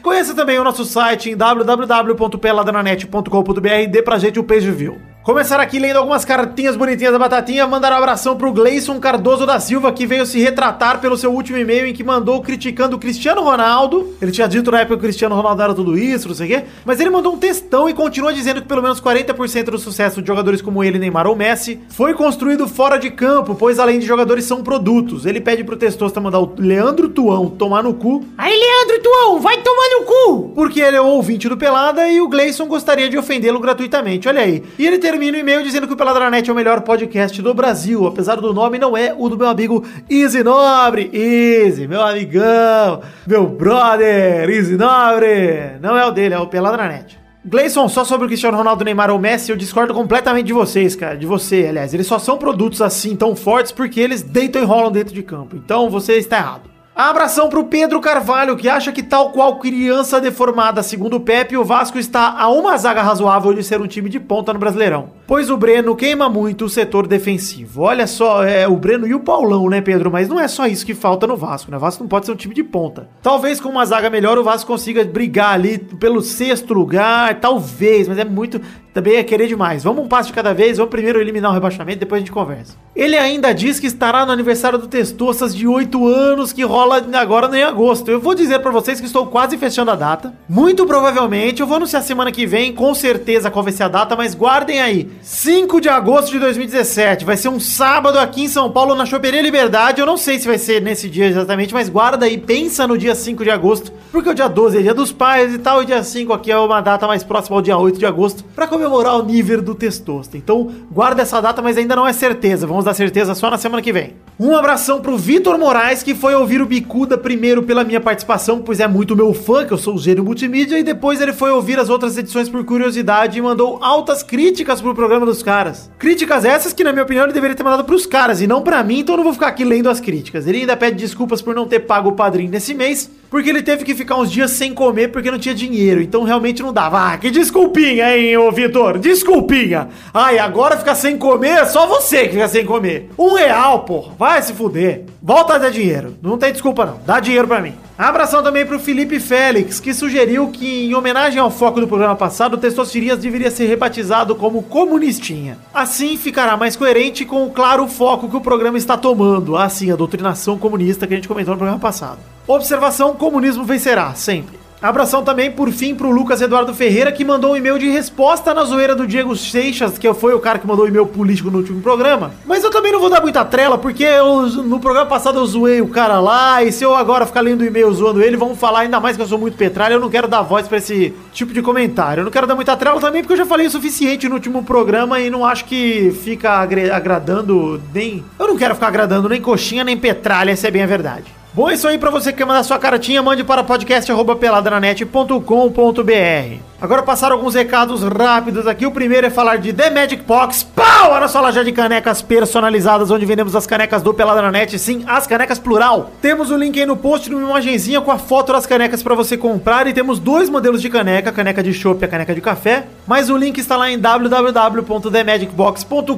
C: Conheça também o nosso site em www.peladranet.com.br e dê pra gente o page view. Começar aqui lendo algumas cartinhas bonitinhas da Batatinha. Mandaram um abração pro Gleison Cardoso da Silva, que veio se retratar pelo seu último e-mail em que mandou criticando o Cristiano Ronaldo. Ele tinha dito na época que o Cristiano Ronaldo era tudo isso, não sei o quê. Mas ele mandou um textão e continua dizendo que pelo menos 40% do sucesso de jogadores como ele, Neymar ou Messi, foi construído fora de campo, pois além de jogadores são produtos. Ele pede pro Testosta mandar o Leandro Tuão tomar no cu.
K: Aí, Leandro Tuão, vai tomar no cu!
C: Porque ele é o ouvinte do Pelada e o Gleison gostaria de ofendê-lo gratuitamente, olha aí. E ele termina o e-mail dizendo que o Peladranet é o melhor podcast do Brasil, apesar do nome não é o do meu amigo Easy Nobre. Easy, meu amigão, meu brother, Easy Nobre. Não é o dele, é o Peladranet. Gleison, só sobre o Cristiano Ronaldo, Neymar ou Messi, eu discordo completamente de vocês, cara. De você, aliás. Eles só são produtos assim tão fortes porque eles deitam e rolam dentro de campo. Então você está errado. Abração pro Pedro Carvalho, que acha que tal qual criança deformada, segundo o Pepe, o Vasco está a uma zaga razoável de ser um time de ponta no Brasileirão. Pois o Breno queima muito o setor defensivo. Olha só, é o Breno e o Paulão, né, Pedro? Mas não é só isso que falta no Vasco, né? O Vasco não pode ser um time de ponta. Talvez com uma zaga melhor o Vasco consiga brigar ali pelo sexto lugar, talvez, mas é muito também é querer demais. Vamos um passo de cada vez, vamos primeiro eliminar o rebaixamento, depois a gente conversa. Ele ainda diz que estará no aniversário do Testoças de 8 anos, que rola agora em agosto. Eu vou dizer para vocês que estou quase fechando a data. Muito provavelmente, eu vou anunciar semana que vem, com certeza qual vai ser a data, mas guardem aí. 5 de agosto de 2017, vai ser um sábado aqui em São Paulo, na Choperia Liberdade. Eu não sei se vai ser nesse dia exatamente, mas guarda aí, pensa no dia 5 de agosto, porque o dia 12 é dia dos pais e tal, e dia 5 aqui é uma data mais próxima ao dia 8 de agosto, pra começar comemorar o nível do Testosta. Então, guarda essa data, mas ainda não é certeza. Vamos dar certeza só na semana que vem. Um abração pro Vitor Moraes, que foi ouvir o Bicuda primeiro pela minha participação, pois é muito meu fã, que eu sou o gênio multimídia, e depois ele foi ouvir as outras edições por curiosidade e mandou altas críticas pro programa dos caras. Críticas essas que, na minha opinião, ele deveria ter mandado pros caras e não pra mim, então eu não vou ficar aqui lendo as críticas. Ele ainda pede desculpas por não ter pago o padrinho nesse mês, porque ele teve que ficar uns dias sem comer porque não tinha dinheiro, então realmente não dava. Ah, que desculpinha, hein, ô Vitor? desculpinha. Ai, agora ficar sem comer é só você que fica sem comer. Um real, porra. Vai se fuder. Volta a dar dinheiro. Não tem desculpa, não. Dá dinheiro pra mim. Abração também pro Felipe Félix, que sugeriu que, em homenagem ao foco do programa passado, o Testostirias deveria ser rebatizado como Comunistinha. Assim ficará mais coerente com o claro foco que o programa está tomando, assim, a doutrinação comunista que a gente comentou no programa passado. Observação: comunismo vencerá, sempre. Abração também, por fim, pro Lucas Eduardo Ferreira, que mandou um e-mail de resposta na zoeira do Diego Seixas, que foi o cara que mandou o e-mail político no último programa. Mas eu também não vou dar muita trela, porque eu, no programa passado eu zoei o cara lá, e se eu agora ficar lendo e-mail zoando ele, vão falar ainda mais que eu sou muito petralha, eu não quero dar voz para esse tipo de comentário. Eu não quero dar muita trela também, porque eu já falei o suficiente no último programa e não acho que fica agradando nem... Eu não quero ficar agradando nem coxinha, nem petralha, essa é bem a verdade. Bom, é isso aí para você que quer mandar sua cartinha, mande para podcast@peladranet.com.br. Agora passaram alguns recados rápidos aqui. O primeiro é falar de The Magic Box. Pau! A nossa loja de canecas personalizadas, onde vendemos as canecas do Peladranet. Sim, as canecas plural. Temos o link aí no post, numa imagenzinha com a foto das canecas para você comprar. E temos dois modelos de caneca, a caneca de chopp e a caneca de café. Mas o link está lá em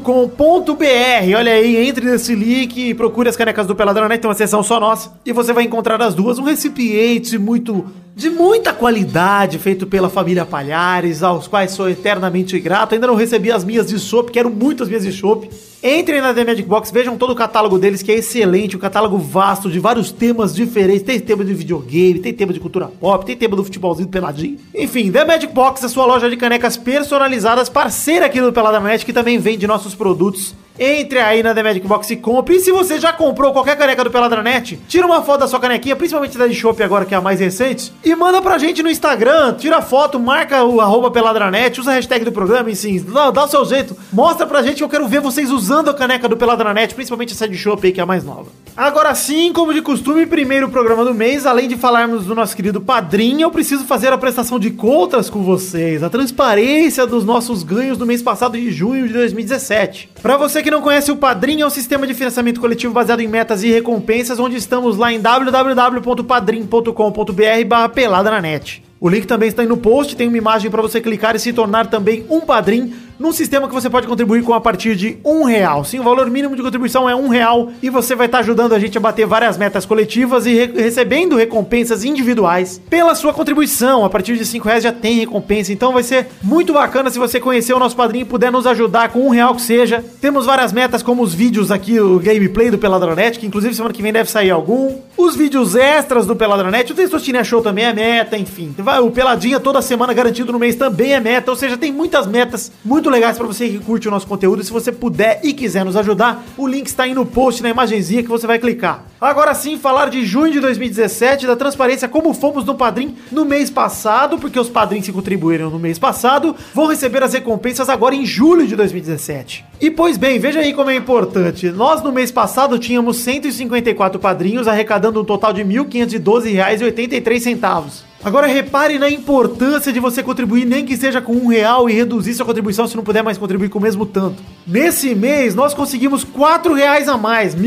C: www.themagicbox.com.br. Olha aí, entre nesse link e procure as canecas do Peladranet. Tem uma seção só nossa. E você vai encontrar as duas. Um recipiente muito de muita qualidade, feito pela família Palhares, aos quais sou eternamente grato. Ainda não recebi as minhas de chopp, quero muito as minhas de chopp. Entrem na The Magic Box, vejam todo o catálogo deles, que é excelente, um catálogo vasto de vários temas diferentes. Tem tema de videogame, tem tema de cultura pop, tem tema do futebolzinho do peladinho. Enfim, The Magic Box, a sua loja de canecas personalizadas, parceira aqui do Pelada Magic, que também vende nossos produtos. Entre aí na The Magic Box e compre. E se você já comprou qualquer caneca do Peladranet, tira uma foto da sua canequinha, principalmente da de Shop agora, que é a mais recente, e manda pra gente no Instagram. Tira foto, marca o arroba Peladranet, usa a hashtag do programa, enfim, dá, dá o seu jeito. Mostra pra gente que eu quero ver vocês usando a caneca do Peladranet, principalmente essa de Shop aí, que é a mais nova. Agora sim, como de costume, primeiro programa do mês, além de falarmos do nosso querido padrinho, eu preciso fazer a prestação de contas com vocês, a transparência dos nossos ganhos do mês passado de junho de 2017. Pra você que não conhece, o Padrim é um sistema de financiamento coletivo baseado em metas e recompensas, onde estamos lá em www.padrim.com.br barra pelada na net. O link também está aí no post, tem uma imagem para você clicar e se tornar também um padrim num sistema que você pode contribuir com a partir de um real. Sim, o valor mínimo de contribuição é um real e você vai estar ajudando a gente a bater várias metas coletivas e re- recebendo recompensas individuais pela sua contribuição. A partir de cinco reais já tem recompensa, então vai ser muito bacana se você conhecer o nosso padrinho e puder nos ajudar com um real que seja. Temos várias metas, como os vídeos aqui, o gameplay do Peladronete, que inclusive semana que vem deve sair algum. Os vídeos extras do Peladronete, o Testostirinha Show também é meta, enfim. Vai- O Peladinha toda semana garantido no mês também é meta, ou seja, tem muitas metas muito legais pra você que curte o nosso conteúdo. Se você puder e quiser nos ajudar, o link está aí no post, na imagenzinha que você vai clicar. Agora sim, falar de junho de 2017, da transparência como fomos no Padrim no mês passado, porque os padrinhos que contribuíram no mês passado vão receber as recompensas agora em julho de 2017. E pois bem, veja aí como é importante. Nós no mês passado tínhamos 154 padrinhos arrecadando um total de R$ 1.512,83. Agora repare na importância de você contribuir, nem que seja com um real, e reduzir sua contribuição se não puder mais contribuir com o mesmo tanto. Nesse mês, nós conseguimos R$ reais a mais, R$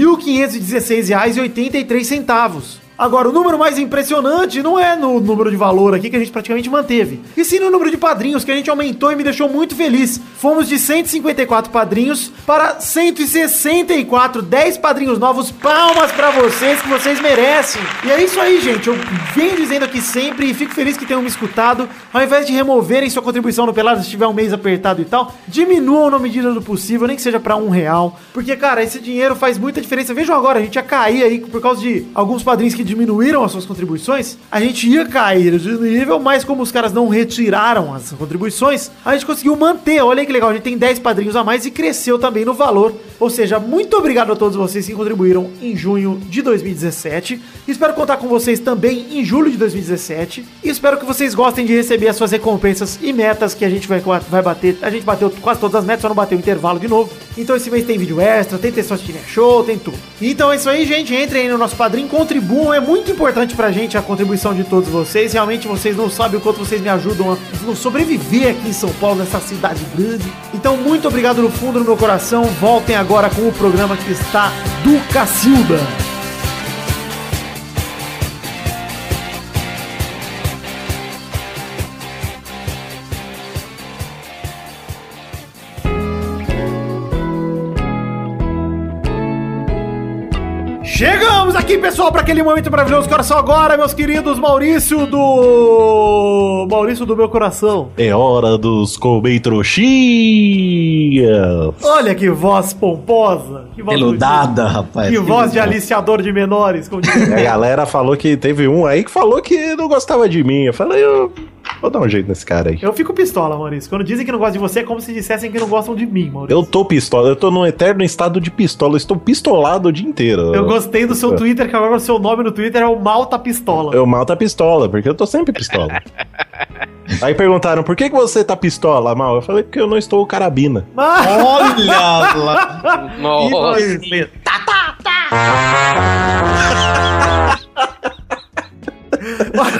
C: 1.516,83. Agora, o número mais impressionante não é no número de valor aqui que a gente praticamente manteve, e sim no número de padrinhos que a gente aumentou e me deixou muito feliz. Fomos de 154 padrinhos para 164, 10 padrinhos novos. Palmas pra vocês que vocês merecem. E é isso aí, gente. Eu venho dizendo aqui sempre e fico feliz que tenham me escutado. Ao invés de removerem sua contribuição no Pelado se tiver um mês apertado e tal, diminuam na medida do possível, nem que seja pra um real. Porque, cara, esse dinheiro faz muita diferença. Vejam agora, a gente ia cair aí por causa de alguns padrinhos que diminuíram as suas contribuições. A gente ia cair de nível, mas como os caras não retiraram as contribuições, a gente conseguiu manter. Olha aí que legal, a gente tem 10 padrinhos a mais e cresceu também no valor. Ou seja, muito obrigado a todos vocês que contribuíram em junho de 2017. Espero contar com vocês também em julho de 2017. E espero que vocês gostem de receber as suas recompensas e metas que a gente vai, vai bater. A gente bateu quase todas as metas, só não bateu o intervalo de novo. Então esse mês tem vídeo extra, tem Testosterinha Show, tem tudo. Então é isso aí, gente. Entrem aí no nosso padrinho, contribuam. É muito importante pra gente a contribuição de todos vocês. Realmente vocês não sabem o quanto vocês me ajudam a sobreviver aqui em São Paulo, nessa cidade grande. Então, muito obrigado no fundo do meu coração. Voltem agora com o programa que está do Cacilda. Chegamos aqui, pessoal, para aquele momento maravilhoso. Coração agora, meus queridos Maurício do. Maurício do meu coração.
B: É hora dos comentrouxias.
C: Olha que voz pomposa. Que voz
E: Ah,
B: Peludada, rapaz.
E: é,
C: Que voz de
B: Peludada.
C: aliciador de menores, como diz.
B: A galera falou que teve um aí que falou que não gostava de mim. Eu falei, eu vou dar um jeito nesse cara aí.
C: Eu fico pistola, Maurício. Quando dizem que não gostam de você, é como se dissessem que não gostam de mim, Maurício.
B: Eu tô pistola, eu tô num eterno estado de pistola, eu estou pistolado o dia inteiro.
C: Eu gostei do seu Twitter, que agora o seu nome no Twitter é o Malta Pistola.
B: Eu mal tá pistola, porque eu tô sempre pistola. aí perguntaram, por que, que você tá pistola, Mal? Eu falei, porque eu não estou carabina.
I: Olha lá.
B: Nossa.
I: E
C: Tá, tá, tá.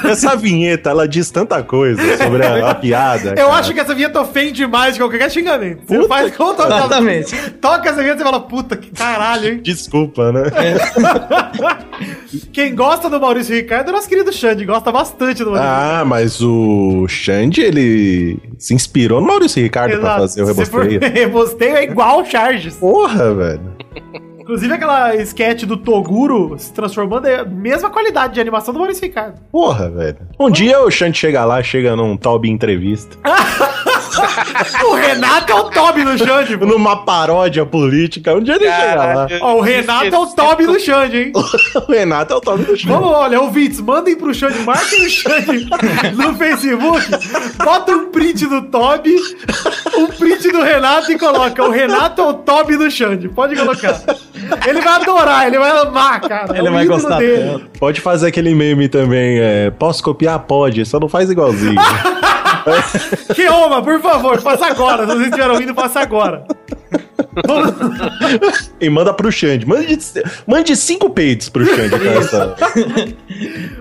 B: Essa vinheta, ela diz tanta coisa sobre a, a piada.
C: Eu acho que essa vinheta ofende mais que qualquer xingamento. Você faz conta
I: Exatamente.
C: Toca essa vinheta e fala, puta que É. caralho, hein?
B: Desculpa, né?
C: Quem gosta do Maurício Ricardo é o nosso querido Xande, gosta bastante do Maurício.
B: Ah, mas o Xande, ele se inspirou no Maurício Ricardo pra
C: Exato.
B: fazer o
C: Se for-
B: rebosteio.
C: rebosteio é igual Charges.
B: Porra, velho.
C: Inclusive aquela sketch do Toguro se transformando é a mesma qualidade de animação do Maurício Ricardo.
B: Porra, velho. Um dia o Xande chega lá, chega num Taube entrevista.
C: Ah. o Renato é o Toby do Xande.
B: Numa paródia política. Um dia ele chega lá.
C: Ó, o Renato é o Toby do Xande, hein?
B: o Renato é o Toby do Xande.
C: Vamos, olha, ouvintes, mandem pro Xande, marquem o Xande no Facebook, bota um print do Toby, um print do Renato e coloca o Renato é o Toby do Xande. Pode colocar. Ele vai adorar, ele vai amar, cara. É o ídolo
B: Pode fazer aquele meme também. É, Posso copiar? Pode, só não faz igualzinho.
C: Que oma, por favor, faça agora. Se vocês estiveram ouvindo, faça agora.
B: e manda pro Xande. Mande, mande cinco peitos pro Xande. com essa-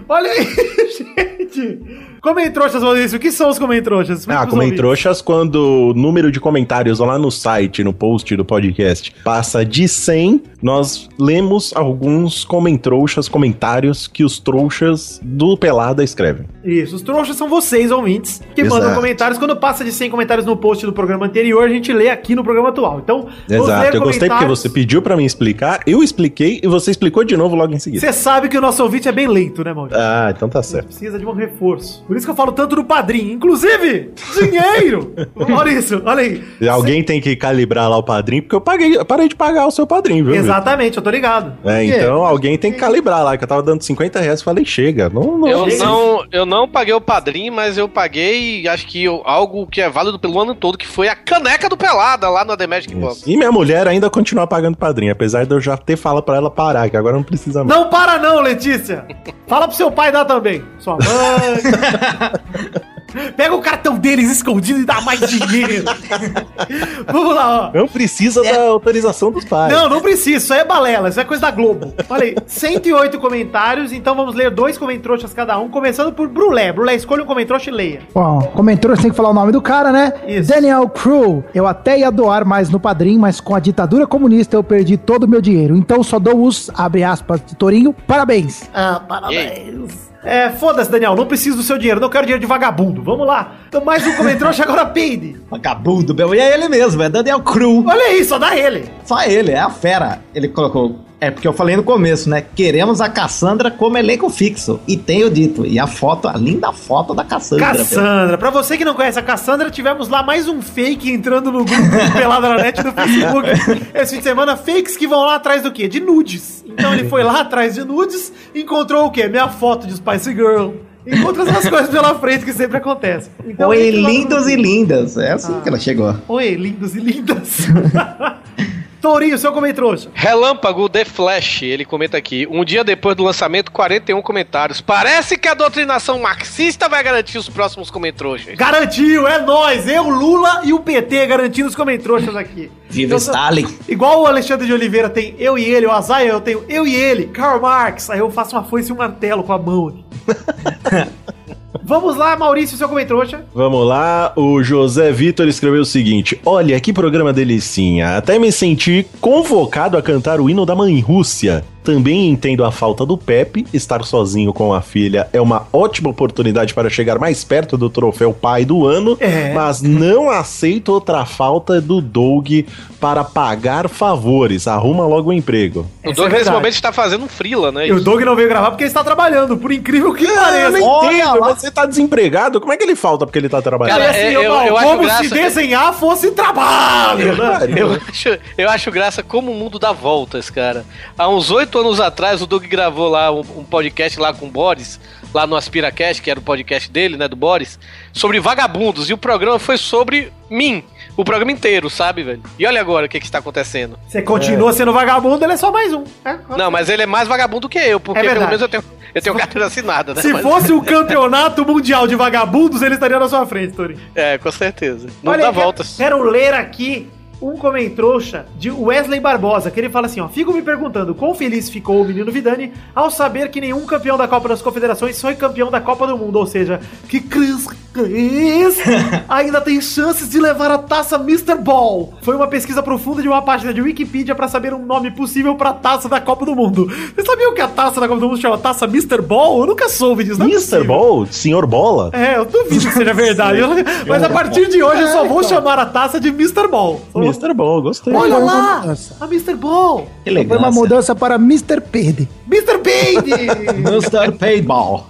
C: Olha aí, gente. Comentroxas, Maurício, o é que são os comentroxas? Explica
B: Ah,
C: pros
B: comem
C: ouvintes.
B: trouxas quando o número de comentários lá no site, no post do podcast, passa de 100, nós lemos alguns comentrouxas, comentários que os trouxas do Pelada escrevem.
C: Isso, os trouxas são vocês, ouvintes, que
B: Exato.
C: mandam comentários. Quando passa de 100 comentários no post do programa anterior, a gente lê aqui no programa atual. Então, vamos ler
B: Exato, eu gostei porque
C: comentários.
B: você pediu pra mim explicar, eu expliquei e você explicou de novo logo em seguida.
C: Você sabe que o nosso ouvinte é bem lento, né, Maurício?
B: Ah, então tá certo.
C: Precisa de um reforço. Por isso que eu falo tanto do padrinho. Inclusive, dinheiro! Maurício, olha aí.
B: Alguém tem que calibrar lá o padrinho, porque eu paguei, eu parei de pagar o seu padrinho, viu? Vitor?
C: Exatamente, eu tô ligado.
B: É, então alguém tem que calibrar lá, que eu tava dando 50 reais, falei, chega, não, não
D: Eu não, eu não paguei o padrinho, mas eu paguei, acho que eu- algo que é válido pelo ano todo, que foi a caneca do Pelada lá na The Magic Box.
B: E minha mulher ainda continua pagando padrinho, apesar de eu já ter falado pra ela parar, que agora não precisa mais.
C: Não para não, Letícia. Fala pro seu pai dar também. Sua mãe. Pega o cartão deles escondido e dá mais dinheiro. Vamos lá, ó.
B: Não precisa da autorização dos pais.
C: Não, não precisa, isso aí é balela, isso é coisa da Globo. Falei, 108 comentários, então vamos ler dois comentroxas cada um, começando por Brulé. Brulé, escolha um comentroxa e leia.
F: Bom, comentou, você tem que falar o nome do cara, né? Daniel Crew. Eu até ia doar mais no padrinho, mas com a ditadura comunista eu perdi todo o meu dinheiro. Então só dou os, abre aspas, de Torinho, parabéns.
C: Ah, parabéns. É, foda-se, Daniel, não preciso do seu dinheiro, não quero dinheiro de vagabundo. Vamos lá. Então, mais um comentroxa agora, peide.
E: Vagabundo, meu. E é ele mesmo, é Daniel Cru.
C: Olha aí, só dá ele.
E: Só ele, é a fera. Ele colocou. É porque eu falei no começo, né? Queremos a Cassandra como elenco fixo. E tenho dito. E a foto, a linda foto da Cassandra.
C: Cassandra, pra você que não conhece a Cassandra, tivemos lá mais um fake entrando no grupo do Pelada na Net do Facebook esse fim de semana. Fakes que vão lá atrás do quê? De nudes. Então ele foi lá atrás de nudes, encontrou o quê? Minha foto de Spice Girl. Encontra essas coisas pela frente que sempre acontece. Então,
E: Oi,
C: ele lá no-
E: lindos e lindas. É assim que ela chegou.
C: Oi, lindos e lindas. Tourinho, seu comentário.
D: Relâmpago The Flash, ele comenta aqui. Um dia depois do lançamento, 41 comentários. Parece que a doutrinação marxista vai garantir os próximos comentroxas.
C: Garantiu, é nós, eu, Lula e o PT garantindo os comentroxas aqui.
E: Viva
C: Eu sou-
E: Stalin.
C: Igual o Alexandre de Oliveira tem eu e ele, o Azaia, eu tenho eu e ele, Karl Marx. Aí eu faço uma foice e um martelo com a mão aqui. Vamos lá, Maurício, seu comentroxa.
B: Vamos lá, o José Vitor escreveu o seguinte: Olha que programa delicinha. Até me senti convocado a cantar o hino da mãe Rússia. Também entendo a falta do Pepe. Estar sozinho com a filha é uma ótima oportunidade para chegar mais perto do troféu pai do ano, mas não aceito outra falta do Doug para pagar favores. Arruma logo o emprego.
D: O Doug,
C: é
D: nesse
C: verdade.
D: momento, está fazendo um frila, né?
C: E o Doug não veio gravar porque ele está trabalhando, por incrível que
B: Eu
C: pareça.
B: não entendo, você tá desempregado, como é que ele falta porque ele tá trabalhando?
D: Cara, é, eu- eu acho
C: assim, como se
D: graça-
C: desenhar fosse trabalho, né?
D: Eu acho, eu acho graça como o mundo dá voltas, cara. Há uns oito anos atrás, o Doug gravou lá um, um podcast lá com o Boris, lá no AspiraCast, que era o podcast dele, né, do Boris, sobre vagabundos. E o programa foi sobre mim. O programa inteiro, sabe, velho? E olha agora o que, que está acontecendo.
C: Você continua sendo vagabundo, ele é só mais um. né?
D: Não, mas ele é mais vagabundo que eu, porque
C: É
D: pelo
C: verdade.
D: menos eu tenho, eu tenho carteira assinada, né?
C: Se
D: Mas-
C: fosse o campeonato mundial de vagabundos, ele estaria na sua frente, Tori.
D: É, com certeza. Não
C: Olha,
D: dá
C: eu quero-
D: voltas.
C: Quero ler aqui um comentrouxa de Wesley Barbosa, que ele fala assim, ó. Fico me perguntando quão feliz ficou o menino Vidani ao saber que nenhum campeão da Copa das Confederações foi campeão da Copa do Mundo. Ou seja, que Chris Chris ainda tem chances de levar a taça Mr. Ball. Foi uma pesquisa profunda de uma página de Wikipedia para saber um nome possível pra taça da Copa do Mundo. Vocês sabiam que a taça da Copa do Mundo chama taça Mr. Ball? Eu nunca soube disso. não é
B: Mr.
C: possível.
B: Ball, senhor bola.
C: É, eu duvido que seja verdade. Eu- mas a partir de hoje eu só vou chamar a taça de Mr. Ball.
B: Mr. Ball, gostei.
C: Olha
F: Foi uma
C: lá!
F: mudança.
C: A Mr. Ball!
E: Que
F: Foi uma mudança para Mr. Perde.
C: Mr. Bane!
E: Mr. Paintball.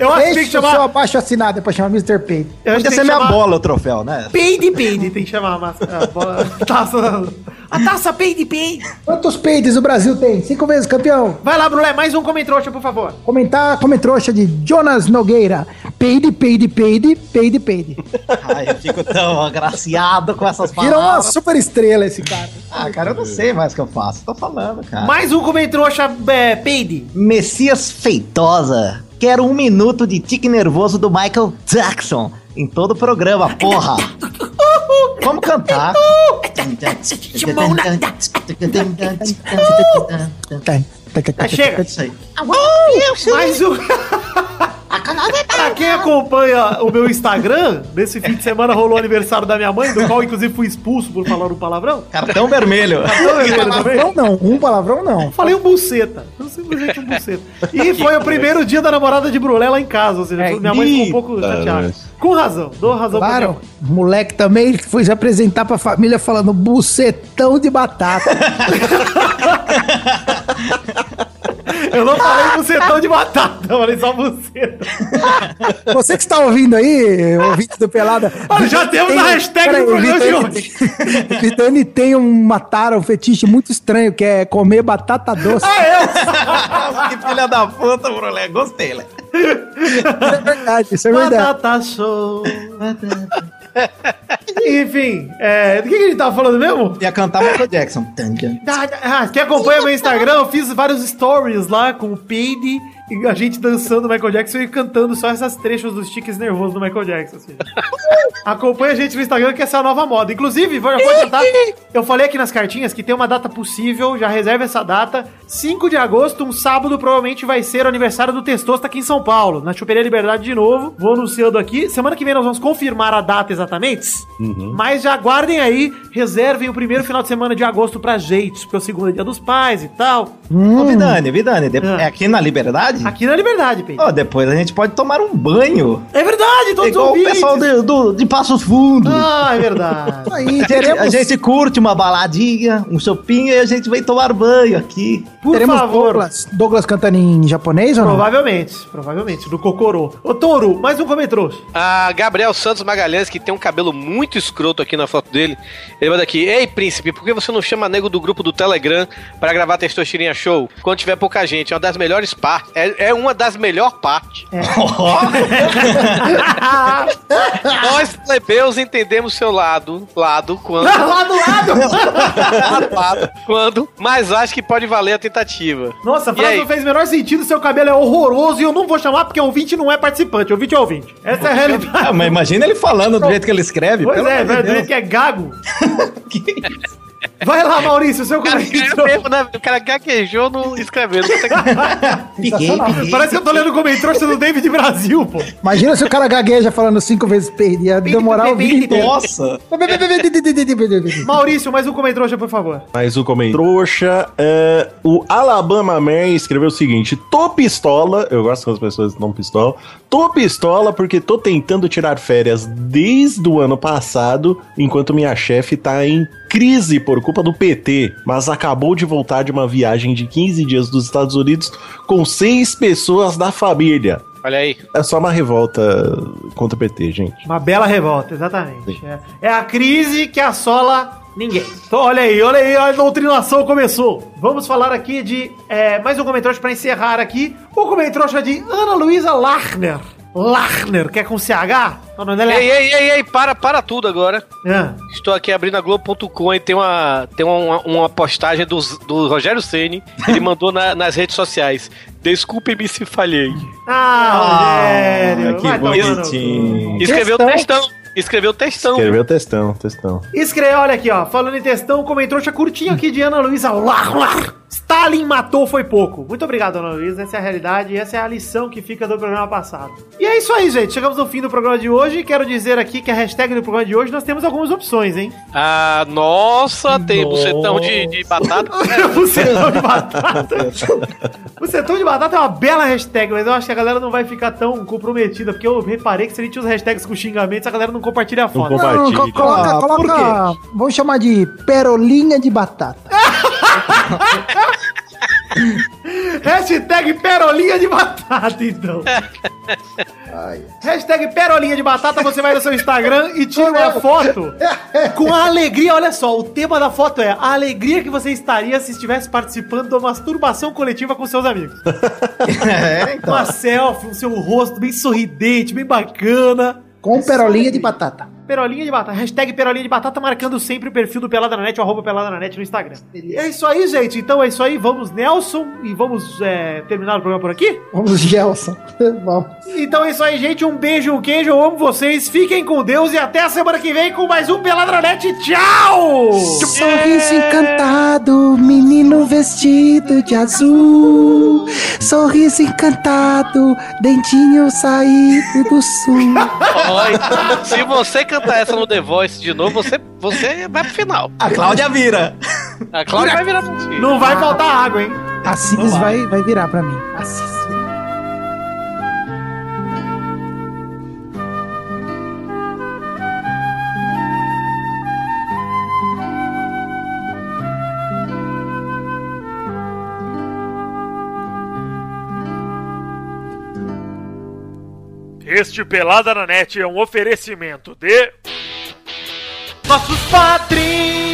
C: Eu acho que tem que
F: Deixa o seu
C: chamar.
F: abaixo assinado pra chamar Mr. Perde.
C: Eu acho que tem
E: Podia
C: que
E: ser minha
C: chamar-
E: bola o troféu, né?
C: Peide, peide, tem que chamar a, massa, a bola- a taça. A taça peide, peide.
F: Quantos peides o Brasil tem? Cinco vezes campeão.
C: Vai lá, Brulé, mais um comentrouxa, por favor.
F: Comentar, comentrouxa de Jonas Nogueira. Peide, peide, peide, peide, peide.
E: Ai, eu fico tão agraciado com essas
F: Virou uma
E: palavras.
F: super estrela esse cara.
E: Ah, cara, eu não sei mais o que eu faço. Tô falando, cara.
C: Mais um comentrouxa, é, peide.
E: Messias Feitosa. Quero um minuto de tique nervoso do Michael Jackson em todo o programa, porra. Vamos cantar.
F: Tá, tá, tá, tá, tá,
C: Ah, chega.
F: tá, tá.
C: Mais um. quem
E: é
C: acompanha o meu Instagram, nesse fim de semana rolou o aniversário da minha mãe, do qual inclusive fui expulso por falar um palavrão.
E: Cartão vermelho.
C: Cartão vermelho também.
N: Palavrão não, um palavrão não.
C: Falei um buceta. Eu simplesmente um buceta. E foi o primeiro dia da namorada de Brulé lá em casa, ou seja, minha mãe ficou um pouco
B: Eita,
C: chateada.
B: mas-
C: Com razão, dou razão pra minha
F: É, Claro,
C: mãe.
F: moleque também que foi se apresentar pra família falando bucetão de batata.
C: Eu não falei bucetão de batata, eu falei só buceta.
F: Você que está ouvindo aí, ouvinte do Pelada. um-
C: Olha, já temos a hashtag do programa de
F: hoje. Vitani tem uma tara, um fetiche muito estranho, que é comer batata doce.
C: é?
E: Ah, eu? que filha da puta, Brulé. Gostei, né?
F: Isso é verdade, isso é verdade.
C: Batata show. Enfim, é, do que, que ele tava falando mesmo?
E: Ia cantar Michael Jackson.
C: Ah, quem acompanha meu Instagram, eu fiz vários stories lá com o Peide e a gente dançando Michael Jackson e cantando só essas trechos dos tiques nervosos do Michael Jackson. assim. Acompanha a gente no Instagram que essa é a nova moda. Inclusive, já pode cantar. Eu falei aqui nas cartinhas que tem uma data possível, já reserva essa data. 5 de agosto, um sábado, provavelmente vai ser o aniversário do Testosta aqui em São Paulo, na Chuperia Liberdade de novo. Vou anunciando aqui. Semana que vem nós vamos confirmar a data exatamente.
E: Uhum.
C: Mas já aguardem aí, reservem o primeiro final de semana de agosto pra gente, porque o segundo é dia dos pais e tal.
E: Ô, Vidani, Vidani, de- é aqui na Liberdade?
C: Aqui na Liberdade, Pedro.
E: Ó, depois a gente pode tomar um banho.
C: É verdade, todos
E: Igual o
C: ouvintes.
E: pessoal de, do- de Passos Fundos.
C: Ah, é verdade.
F: Aí,
E: A gente,
F: teremos-
E: a gente curte uma baladinha, um shopping e a gente vem tomar banho aqui.
C: Por
F: Teremos
C: favor.
F: Douglas, Douglas cantando em japonês ou não?
C: Provavelmente, provavelmente, do Cocorô. Ô, Touro, mais um comentrouxa.
D: A Gabriel Santos Magalhães, que tem um cabelo muito escroto aqui na foto dele, ele manda aqui: Ei, príncipe, por que você não chama nego do grupo do Telegram pra gravar Testosterinha Show? Quando tiver pouca gente, é uma das melhores partes. É, é uma das melhores partes. Nós, plebeus, entendemos seu lado, lado, quando.
C: Lá do lado!
D: lado, lado, quando, mas acho que pode valer a tentativa.
C: Nossa, a
D: E
C: frase
D: aí?
C: não fez o menor sentido, seu cabelo é horroroso e eu não vou chamar porque ouvinte não é participante, ouvinte é ouvinte. Essa é a realidade.
E: Ah, mas imagina ele falando do jeito que ele escreve.
C: Pois
E: pelo
C: é,
E: amor de
C: velho, do
E: Deus.
C: jeito que é gago. Vai lá, Maurício, seu
D: É
C: comentário.
D: mesmo, né? O cara gaguejou no escrevendo.
C: Parece que eu tô lendo o comentário do David Brasil, pô.
F: Imagina se o cara gagueja falando cinco vezes perdi, ia demorar o vídeo inteiro.
E: Nossa!
C: Maurício, mais um comentário, por favor.
B: Mas o comentário. Trouxa, é, o Alabama Man escreveu o seguinte: tô pistola, eu gosto quando as pessoas estão pistola, tô pistola porque tô tentando tirar férias desde o ano passado, enquanto minha chefe tá em crise por culpa do PT, mas acabou de voltar de uma viagem de 15 dias dos Estados Unidos com seis pessoas da família.
D: Olha aí.
B: É só uma revolta contra o PT, gente.
C: Uma bela revolta, exatamente. É, é a crise que assola ninguém. Então, olha aí, olha aí, a doutrinação começou. Vamos falar aqui de é, mais um comentário para encerrar aqui. O comentário é de Ana Luísa Larner. Larner, que é com CH? O nome dela é...
D: Ei, ei, ei, ei, para, para tudo agora.
C: Ah,
D: Estou aqui abrindo a Globo.com e tem uma, tem uma, uma postagem do, do Rogério Ceni. Ele mandou na- nas redes sociais. Desculpe-me se falhei.
C: ah Rogério.
B: que
C: vai tomar no
B: bonitinho.
D: Escreveu
C: Textão.
D: textão. Escreveu textão.
B: Escreveu textão, textão.
C: Escreve, olha aqui, ó. Falando em textão, comentrouxa curtinho aqui de Ana Luísa. Lá, lá. Stalin matou foi pouco. Muito obrigado, Ana Luísa. Essa é a realidade e essa é a lição que fica do programa passado. E é isso aí, gente. Chegamos ao fim do programa de hoje. Quero dizer aqui que a hashtag do programa de hoje nós temos algumas opções, hein?
D: Ah, nossa, tem bucetão de, de batata.
C: o setão de batata. o setão de batata é uma bela hashtag, mas eu acho que a galera não vai ficar tão comprometida, porque eu reparei que se a gente usa hashtags com xingamentos, a galera não compartilha a foto.
F: Não, co- coloca,
E: Ah,
F: coloca. Vamos chamar de perolinha de batata.
C: Hashtag perolinha de batata, então. Hashtag perolinha de batata, você vai no seu Instagram e tira uma foto com a alegria. Olha só, o tema da foto é a alegria que você estaria se estivesse participando de uma masturbação coletiva com seus amigos.
E: É, então.
C: Uma selfie, o seu rosto bem sorridente, bem bacana.
F: Com perolinha de batata.
C: Perolinha de batata. Hashtag Perolinha de batata, marcando sempre o perfil do Pelada na Net, o arroba Pelada na Net no Instagram. É isso aí, gente. Então é isso aí. Vamos, Nelson, e vamos é, terminar o programa por aqui?
F: Vamos, Gelson. Vamos.
C: Então é isso aí, gente. Um beijo, um queijo. Eu amo vocês. Fiquem com Deus e até a semana que vem com mais um Pelada na Net. Tchau!
F: Sorriso encantado, menino
O: Menino vestido de azul, sorriso encantado, dentinho saído do sul.
D: Olha, se você cantar essa no The Voice de novo, você, você vai pro final.
A: A É, Cláudia vira.
D: A Cláudia vai virar pro final.
C: Não vai faltar água, hein?
P: Assis vai, vai virar pra mim. Assis.
Q: Este Pelada na Net é um oferecimento de.
C: Nossos patrins!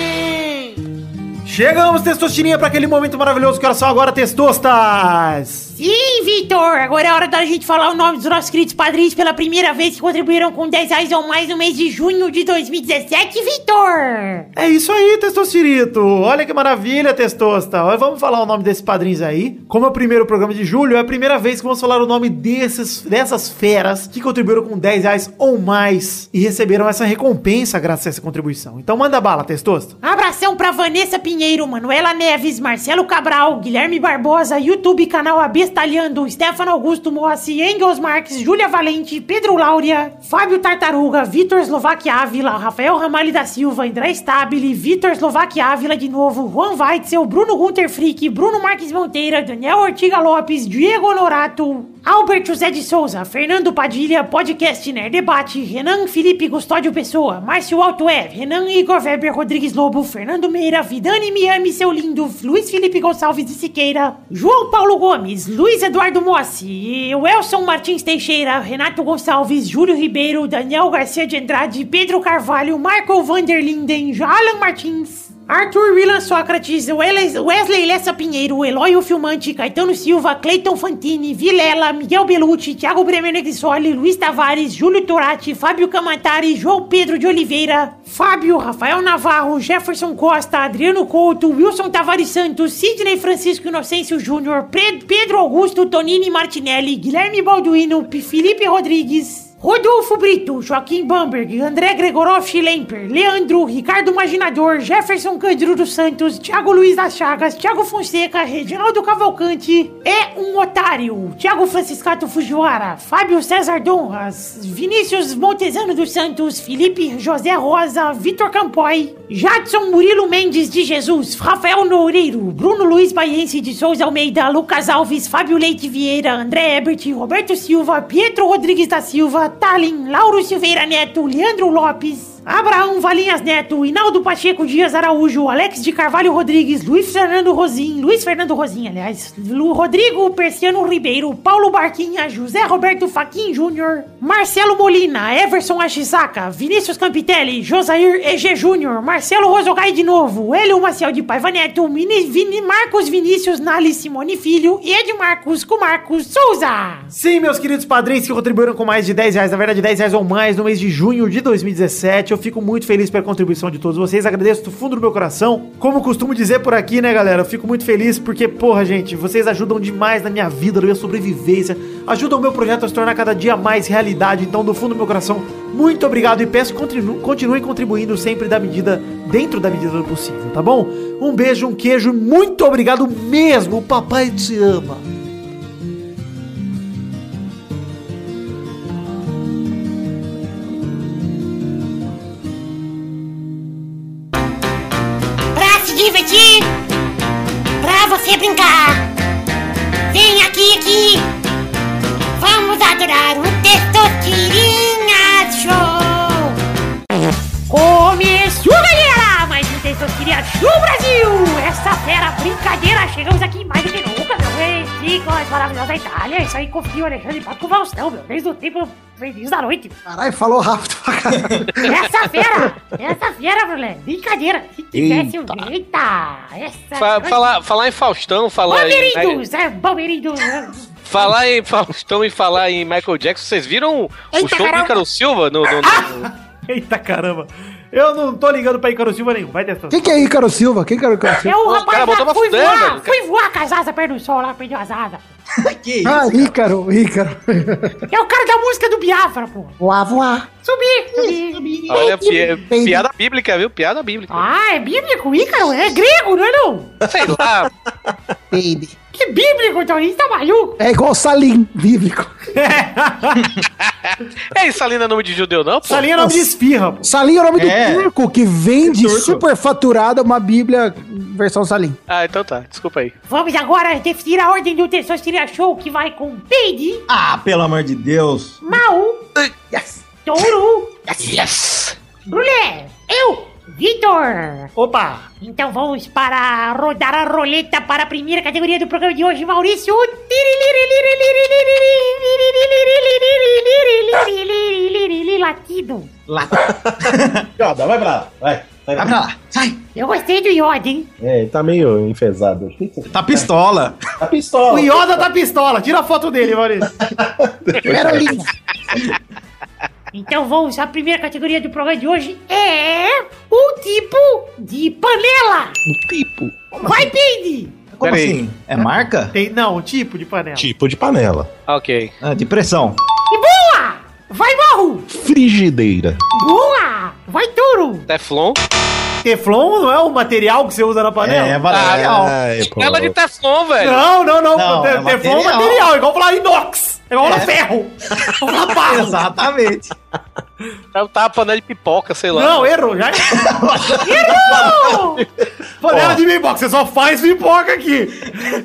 C: Chegamos, Testostirinha, para aquele momento maravilhoso que era só agora, Testostas!
F: Sim, Vitor! Agora é hora da gente falar o nome dos nossos queridos padrinhos pela primeira vez que contribuíram com 10 reais ou mais no mês de junho de 2017, Vitor!
C: É isso aí, Testostirito! Olha que maravilha, Testosta! Olha, Vamos falar o nome desses padrinhos aí. Como é o primeiro programa de julho, é a primeira vez que vamos falar o nome desses, dessas feras que contribuíram com 10 reais ou mais e receberam essa recompensa graças a essa contribuição. Então manda bala, Testosta!
F: Abração pra Vanessa Pinheiro, Manuela Neves, Marcelo Cabral, Guilherme Barbosa, YouTube canal Abestalhando, Stefano Augusto Mossi, Engels Marques, Júlia Valente, Pedro Laura, Fábio Tartaruga, Vitor Slovak Ávila, Rafael Ramalho da Silva, André Stabile, Vitor Slovak Ávila de novo, Juan Weitzel, Bruno Gunter Frick, Bruno Marques Monteira, Daniel Ortiga Lopes, Diego Honorato, Albert José de Souza, Fernando Padilha, Podcast Nerd Debate, Renan Felipe Custódio Pessoa, Márcio Alto Web, Renan Igor Weber Rodrigues Lobo, Fernando Meira, Vidani Miami, seu lindo, Luiz Felipe Gonçalves de Siqueira, João Paulo Gomes, Luiz Eduardo Mossi, Welson Martins Teixeira, Renato Gonçalves, Júlio Ribeiro, Daniel Garcia de Andrade, Pedro Carvalho, Marco Vanderlinden, Alan Martins. Arthur Willan Sócrates, Welles- Wesley Lessa Pinheiro, Eloy o Filmante, Caetano Silva, Cleiton Fantini, Vilela, Miguel Belucci, Thiago Bremeno Guissoli, Luiz Tavares, Júlio Turati, Fábio Camatari, João Pedro de Oliveira, Fábio, Rafael Navarro, Jefferson Costa, Adriano Couto, Wilson Tavares Santos, Sidney Francisco Inocêncio Júnior, Pre- Pedro Augusto, Tonini Martinelli, Guilherme Balduino, P- Felipe Rodrigues, Rodolfo Brito, Joaquim Bamberg, André Gregorov Schlemper, Leandro, Ricardo Maginador, Jefferson Cândido dos Santos, Thiago Luiz das Chagas, Thiago Fonseca, Reginaldo Cavalcante, é um otário, Thiago Franciscato Fujiwara, Fábio César Donras, Vinícius Montezano dos Santos, Felipe José Rosa, Vitor Campoy, Jadson Murilo Mendes de Jesus, Rafael Noureiro, Bruno Luiz Baiense de Souza Almeida, Lucas Alves, Fábio Leite Vieira, André Ebert, Roberto Silva, Pietro Rodrigues da Silva, Talin, Lauro Silveira Neto, Leandro Lopes, Abraão Valinhas Neto, Hinaldo Pacheco Dias Araújo, Alex de Carvalho Rodrigues, Luiz Fernando Rosim, Luiz Fernando Rosim, aliás, Lu Rodrigo Persiano Ribeiro, Paulo Barquinha, José Roberto Faquin Júnior, Marcelo Molina, Everson Achisaka, Vinícius Campitelli, Josair EG Júnior, Marcelo Rosogai de novo, Hélio Maciel de Paiva Neto, Mini- Vini- Marcos Vinícius Nali Simone Filho e Edmarcos com Marcos Souza.
C: Sim, meus queridos padrinhos que contribuíram com mais de 10 reais, na verdade 10 reais ou mais, no mês de junho de 2017. Eu fico muito feliz pela contribuição de todos vocês, agradeço do fundo do meu coração. Como costumo dizer por aqui, né, galera? Eu fico muito feliz porque, porra, gente, vocês ajudam demais na minha vida, na minha sobrevivência, ajudam o meu projeto a se tornar cada dia mais realidade. Então, do fundo do meu coração, muito obrigado e peço que continu- continuem contribuindo sempre da medida, dentro da medida do possível, tá bom? Um beijo, um queijo, muito obrigado mesmo, o papai te ama.
K: Pra se divertir, pra você brincar. Vem aqui, aqui. Vamos adorar o Testosterinha Show.
F: Começou, galera! Mais um Testosterinha do Brasil! Essa fera brincadeira! Chegamos aqui mais do que nunca, meu rei! Chicas maravilhosas da Itália! É Isso aí confio, Alexandre Pato com o Faustão, meu! Desde o tempo feliz da noite!
P: Caralho, falou rápido pra caralho.
F: Essa fera! Essa fera, mulher! Brincadeira! Se tivesse um... Eita! Essa...
D: Fa- falar, falar em Faustão, falar em.
F: Bamerindos! É, Bamerindos!
D: Falar em Faustão e falar em Michael Jackson, vocês viram o
C: Eita,
D: show do
C: caramba.
D: Ícaro Silva no. no- no-
C: Eita caramba! Eu não tô ligando pra Icaro Silva nenhum, vai testar.
P: Quem que é Ícaro Silva? Quem que é o Ícaro
F: É
P: Silva?
F: o rapaz
D: cara botou
F: lá,
D: uma
F: fui
D: fudana,
F: voar,
D: cara.
F: fui voar com as asas perto do sol lá, perdeu as asas.
I: que isso?
J: Ah, Ícaro, Ícaro.
K: É o cara da música do Biafra, pô.
R: Voar, voar.
K: Subir, subir, subir.
D: Olha, pi- piada bíblica, viu? Piada bíblica.
K: Ah, é bíblico, Ícaro? É grego, não é não?
D: Ah, Sei lá.
R: Baby.
K: Que bíblico, Torinho? Tá maluco?
J: É igual Salim, bíblico.
D: É isso, Salim não é nome de judeu, não, pô?
C: Salim é nome de espirra, pô.
J: Salim é o nome
C: É.
J: do turco que vende superfaturada uma bíblia versão Salim.
D: Ah, então tá. Desculpa aí.
K: Vamos agora definir a ordem do Tessosteria Show, que vai com Peide,
I: Ah, pelo amor de Deus.
K: Mau,
I: Yes.
K: Touro,
D: Yes.
K: Brulé, eu, Vitor. Opa! Então vamos para rodar a roleta para a primeira categoria do programa de hoje, Maurício. Latido.
I: Lá. Yoda, vai pra lá. Vai. Vai
C: Ah,
I: pra lá.
K: Eu gostei do Yoda, hein?
B: É, ele tá meio enfesado.
I: Tá pistola.
B: Tá pistola.
C: O Yoda tá pistola. Tira a foto dele, Maurício.
R: Carolinha.
K: Então vamos à primeira categoria do programa de hoje. É o tipo de panela.
B: Um tipo.
K: Vai, Peide!
I: Como
D: Peraí.
I: assim? É marca?
C: Tem, não, o tipo de panela.
B: Tipo de panela.
D: Ok.
I: Ah, de pressão.
K: E boa! Vai, Barro!
B: Frigideira.
K: Boa! Vai, Touro!
D: Teflon.
C: Teflon não é o material que você usa na panela?
I: É,
E: Ah,
I: material.
B: Ai, pô.
D: Ela é de Teflon, velho.
C: Não, não, não.
I: Não,
C: Te-
I: é
C: Teflon é
I: material.
C: material, igual falar inox. É igual falar ferro. É igual falar barro.
I: Exatamente.
D: Tá, tá a panela de pipoca, sei lá.
C: Não, errou, já errou! Panela de pipoca, você só faz pipoca aqui.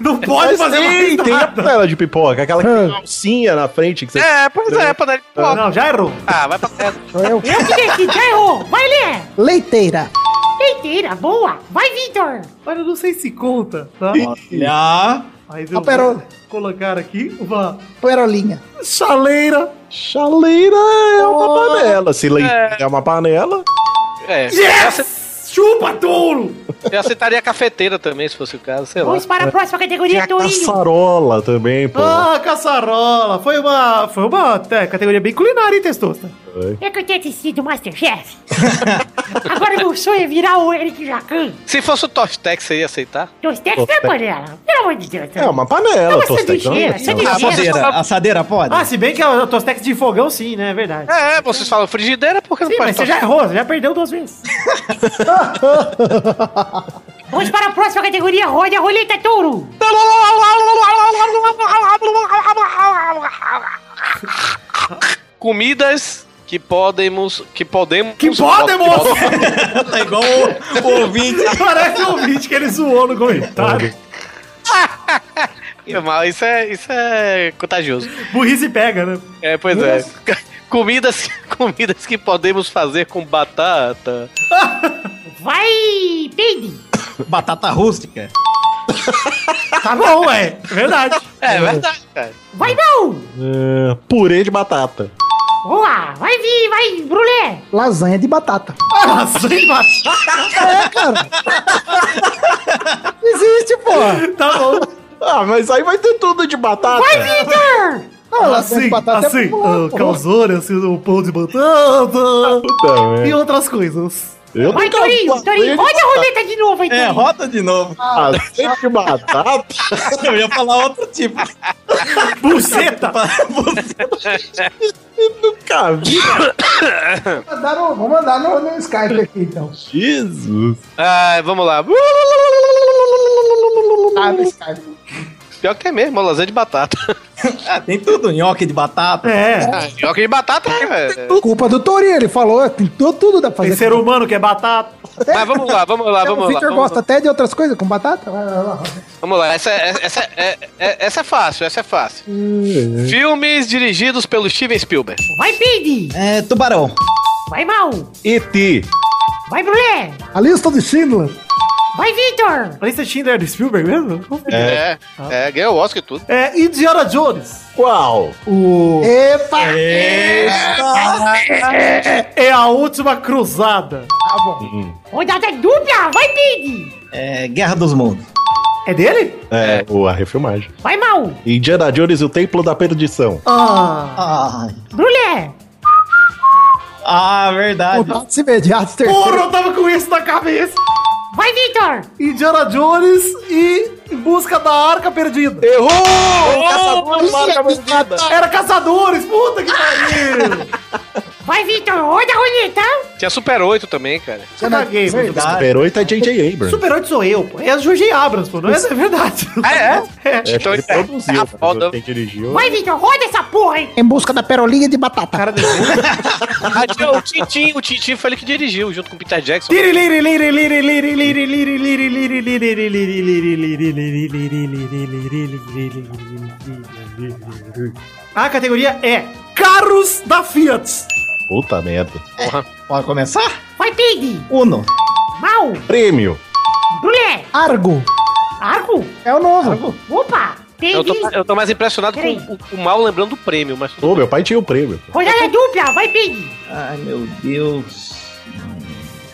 C: Não pode
B: Mas
C: fazer
B: assim, tem,
C: mais
B: tem a
C: nada.
B: panela de pipoca, aquela que tem calcinha na frente que você.
D: É, pois é, panela de pipoca.
C: Não, já errou.
D: Ah, vai pra terra.
J: Eu,
K: Eu que decidi, já errou! Vai, Lê!
J: leiteira.
K: Leiteira, boa! Vai, Vitor!
C: Mas eu não sei se conta, tá?
I: Olha.
C: Mas eu
J: Operou.
C: vou colocar aqui uma
J: Perolinha.
C: chaleira.
B: Chaleira é uma panela. Se leite é. uma panela.
D: É.
C: Yes! Chupa, touro!
D: Eu aceitaria a cafeteira também, se fosse o caso, sei lá.
K: Vamos para a próxima
B: Tem
K: categoria,
B: a
K: Tourinho!
B: caçarola também, pô.
C: Ah, caçarola. Foi uma, foi uma é, categoria bem culinária, hein, Testosta?
K: É que eu tinha assistido Masterchef. Agora meu sonho é virar o Eric Jacan.
D: Se fosse o Tostex, você ia aceitar?
K: Tostex não é panela. Pelo amor de Deus.
B: É uma panela,
K: mas
B: Tostex,
K: sanduícheira,
B: não é isso?
D: Ah,
K: sanduícheira.
I: Assadeira. Assadeira pode?
C: Ah, se bem que a Tostex de fogão, sim, né? É verdade.
D: É, é, vocês falam frigideira porque não
C: Sim,
D: pode
C: mas você
D: tocar.
C: já errou, você já perdeu duas vezes.
K: Vamos para a próxima categoria, roda a roleta, touro!
D: Comidas que podemos. Que podemos.
C: Que podem, moço!
I: tá igual o, o ouvinte.
C: Parece um vídeo que ele zoou no comentário.
D: Mas isso é, isso é contagioso.
C: Burrice pega, né?
D: É, pois é. Comidas, comidas que podemos fazer com batata.
K: Vai, Peide!
I: Batata rústica.
C: Tá bom, ué. Verdade.
D: É verdade, cara.
K: Vai, Bal!
B: É, purê de batata.
K: Boa! Vai, Vi! Vai, Brulé!
J: Lasanha de batata.
C: Sem batata.
J: É, cara. Existe, porra.
C: Tá bom.
B: Ah, mas aí vai ter tudo de batata.
K: Vitor!
J: Ah, lasanha
C: Assim,
J: de batata
C: assim.
J: é boa,
C: ah,
J: porra.
C: Calzone, assim, o pão de batata.
B: Puta,
F: É.
C: E
B: merda.
C: outras coisas.
B: Eu
K: Vai,
B: nunca vi
K: Torinho!
B: purê
K: Torinho,
B: de
K: roda a roleta de novo então. aí,
I: É,
K: Torinho!
I: rota de novo.
B: batata, de batata.
I: Eu ia falar outro tipo.
C: Buceta.
B: Eu nunca vi.
J: Vou mandar no, vou mandar no, no Skype aqui, então.
B: Jesus.
D: Ah, vamos lá.
J: Ah, no Skype.
D: Pior que tem mesmo, lasanha de batata.
I: Ah, tem tudo. Nhoque de batata.
C: É.
D: Pior que de batata,
F: É.
D: é. velho.
J: Culpa do Torinho, ele falou, "É, tem tudo, tudo dá pra
C: Tem
J: fazer. É,
C: ser humano que é batata.
J: um.
D: Mas vamos lá, vamos lá,
F: Então,
J: o
D: vamos lá.
J: Victor
D: vamos
J: gosta
D: lá.
J: até de outras coisas com batata? Vai, vai, vai.
D: Vamos lá, essa, é- essa, é, é- essa é fácil, essa é fácil. Filmes dirigidos pelo Steven Spielberg.
K: Vai, Peide!
I: É, tubarão.
K: Vai, Mal!
B: E.T.
K: Vai, Brulé!
J: A lista do Schindler.
K: Vai, Vitor!
C: Parece que é Schindler do Spielberg mesmo?
D: É, é, ganhou o Oscar e tudo.
C: É, Indiana Jones.
B: Qual?
J: Epa!
C: É a última cruzada.
K: Rodada dupla! Vai, Peide!
I: É, Guerra dos Mundos.
C: É dele?
B: É, o- a refilmagem.
K: Vai, Mal!
B: Indiana Jones e o Templo da Perdição.
C: Ah.
I: Ai.
K: Brulé!
I: Ah, verdade.
J: Contatos imediatos, terceiro.
C: Porra, eu tava com isso na cabeça.
K: Vai, Victor!
C: Indiana Jones e em busca da arca perdida.
B: Errou!
C: Caçadores da arca perdida. Era caçadores, puta que pariu!
K: Vai, Victor! Roda a roleta!
D: Tinha Super 8 também, cara.
C: Eu caguei, verdade.
B: Super 8 é J.J. Abrams.
C: Super 8 sou eu, pô. É a Jorge Abrams, pô. Não é, é verdade.
D: é?
B: É, acho que ele produziu, mas
D: Tá foda.
B: quem dirigiu.
K: Vai, Victor! Roda essa porra, hein!
F: Em busca da perolinha de batata.
D: Ah, tinha o Tintim, o Tintim foi ele que dirigiu, junto com o Peter Jackson.
C: Liri, liri, liri, liri, liri, liri, liri, liri, liri, liri, liri, liri, liri, liri, liri, liri, liri, liri, liri. A categoria é Carros da Fiat.
B: Puta merda.
E: Pode começar?
K: Vai, Pig!
E: Uno.
K: Mal!
B: Prêmio.
K: Brulé!
F: Argo.
K: Arco!
F: É o novo.
K: Opa! Pig!
D: Eu tô, eu tô mais impressionado com o, o mal lembrando do prêmio, mas
B: Ô, meu pai tinha o prêmio.
K: Rodada dupla! Vai, Pig!
E: Ai, meu Deus.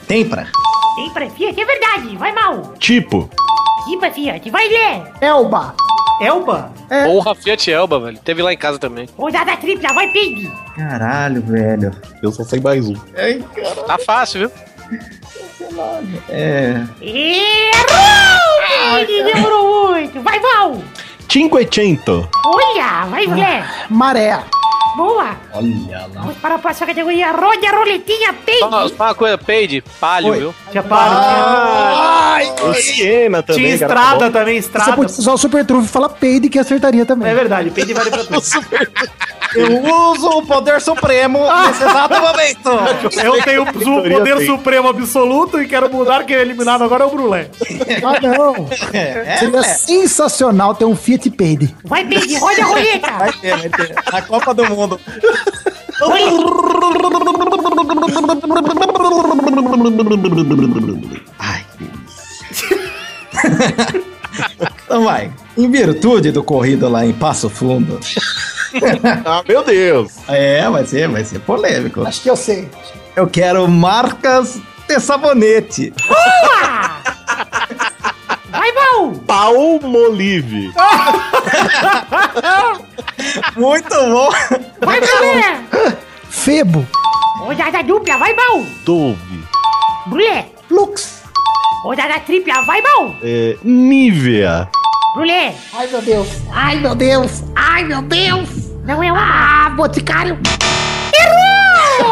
E: Tempra.
K: Tem pra Fiat, é verdade! Vai, Mal!
B: Tipo.
K: Que pra Fiat! Vai, Lé!
F: Elba.
C: Elba?
F: É.
D: Porra, Fiat Elba, velho. Teve lá em casa também.
K: Rodada tripla! Vai, Pig!
E: Caralho, velho.
B: Eu só sei mais um.
D: Tá fácil, viu?
E: É.
K: Errou! Ele demorou muito! Vai, Mal!
B: Cinquecento.
K: Olha! Vai, Lé!
F: Maré.
K: Boa!
E: Olha lá.
K: Vamos para a próxima categoria! Roda a roletinha, Pig!
D: Só uma, só uma coisa, Paige, palho, viu?
C: Tinha parado.
B: O Siena
C: Tinha,
B: também.
C: tinha
B: cara,
C: estrada
B: tá
C: também,
F: Você
C: estrada.
F: pode usar o super trunfo e falar peide que acertaria também.
C: É verdade, pende vale pra tudo.
E: Eu uso o poder supremo nesse exato momento.
C: Eu tenho o
B: Teoria
C: poder
B: tem.
C: supremo absoluto e quero mudar quem é eliminado agora é o Brulé.
F: Ah, não.
E: É.
F: Seria sensacional ter um Fiat Peide.
K: Vai, Pig! Roda a roleta!
I: Vai ter, vai ter. A Copa do Mundo.
E: Ai, que delícia. Então vai. Em virtude do corrido lá em Passo Fundo.
B: Ah, meu Deus.
E: É, vai ser, vai ser polêmico.
F: Acho que eu sei.
E: Eu quero marcas de sabonete.
K: Vai, Mal!
B: Paul Molive.
E: Muito bom.
K: Vai, Brulé!
F: Febo.
K: Rodada dupla! Vai, Mal!
B: Dove.
K: Brulé!
F: Lux.
K: Rodada tripla! Vai, Mal!
B: É, Nivea.
K: Brulé!
R: Ai, meu Deus. Ai, meu Deus. Ai, meu Deus.
K: Não é uma...
R: Ah, boticário.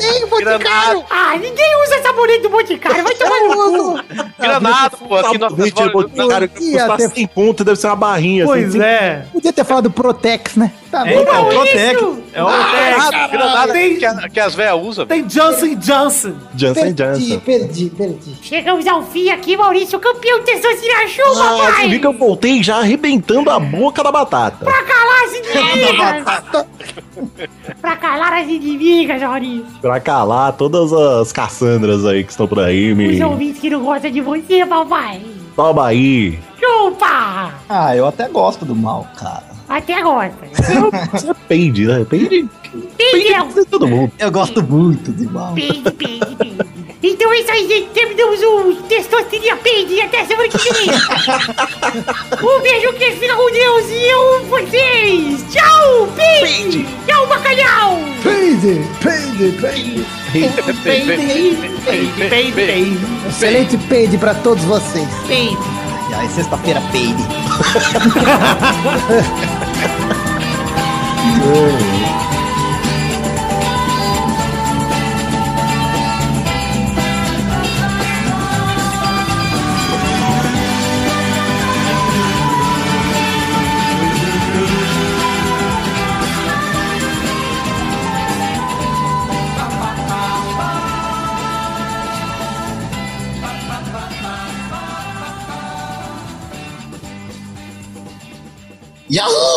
R: Ei, boticário.
K: Ah, ninguém usa sabonete do Boticário! Vai tomar no cu!
D: Granada, pô, aqui nós
B: Sabonete de boticário que
F: Ia
B: custa
F: ter-
B: 100 pontos, um, deve ser uma barrinha.
C: Pois é.
F: Podia ter falado Protex, né? Tá
I: É, então,
K: Como
I: Protec.
K: isso?
I: É o
D: Ah, Granada que, a- que as velhas usam. velho.
C: Tem Johnson Johnson.
B: Johnson
F: Perdi,
B: Johnson.
F: perdi, perdi.
K: Chegamos ao fim aqui, Maurício, campeão Tessosirachu,
B: Ah, você viu
K: papai!
B: que eu voltei já arrebentando a boca da batata.
K: Pra calar as inimigas! pra calar as inimigas, Maurício!
B: Pra calar todas as Cassandras aí que estão por aí, me
K: Os ouvintes que não gostam de você, papai!
B: toma aí.
K: Chupa!
E: Ah, eu até gosto do mal, cara.
K: Até gosta.
B: Você pende, né? Pende, pende
K: Entendeu?
B: de todo mundo.
E: Eu gosto muito de mal.
K: Pende, pende, pende. Então é isso aí, gente. Terminamos o Testosteria Pende e até semana que vem. um beijo que fica com Deus e eu vocês. Tchau, Pende. Tchau, bacalhau.
F: Peide, peide, peide. Excelente peide pra todos vocês.
E: E aí, sexta-feira, peide.
H: Yahoo!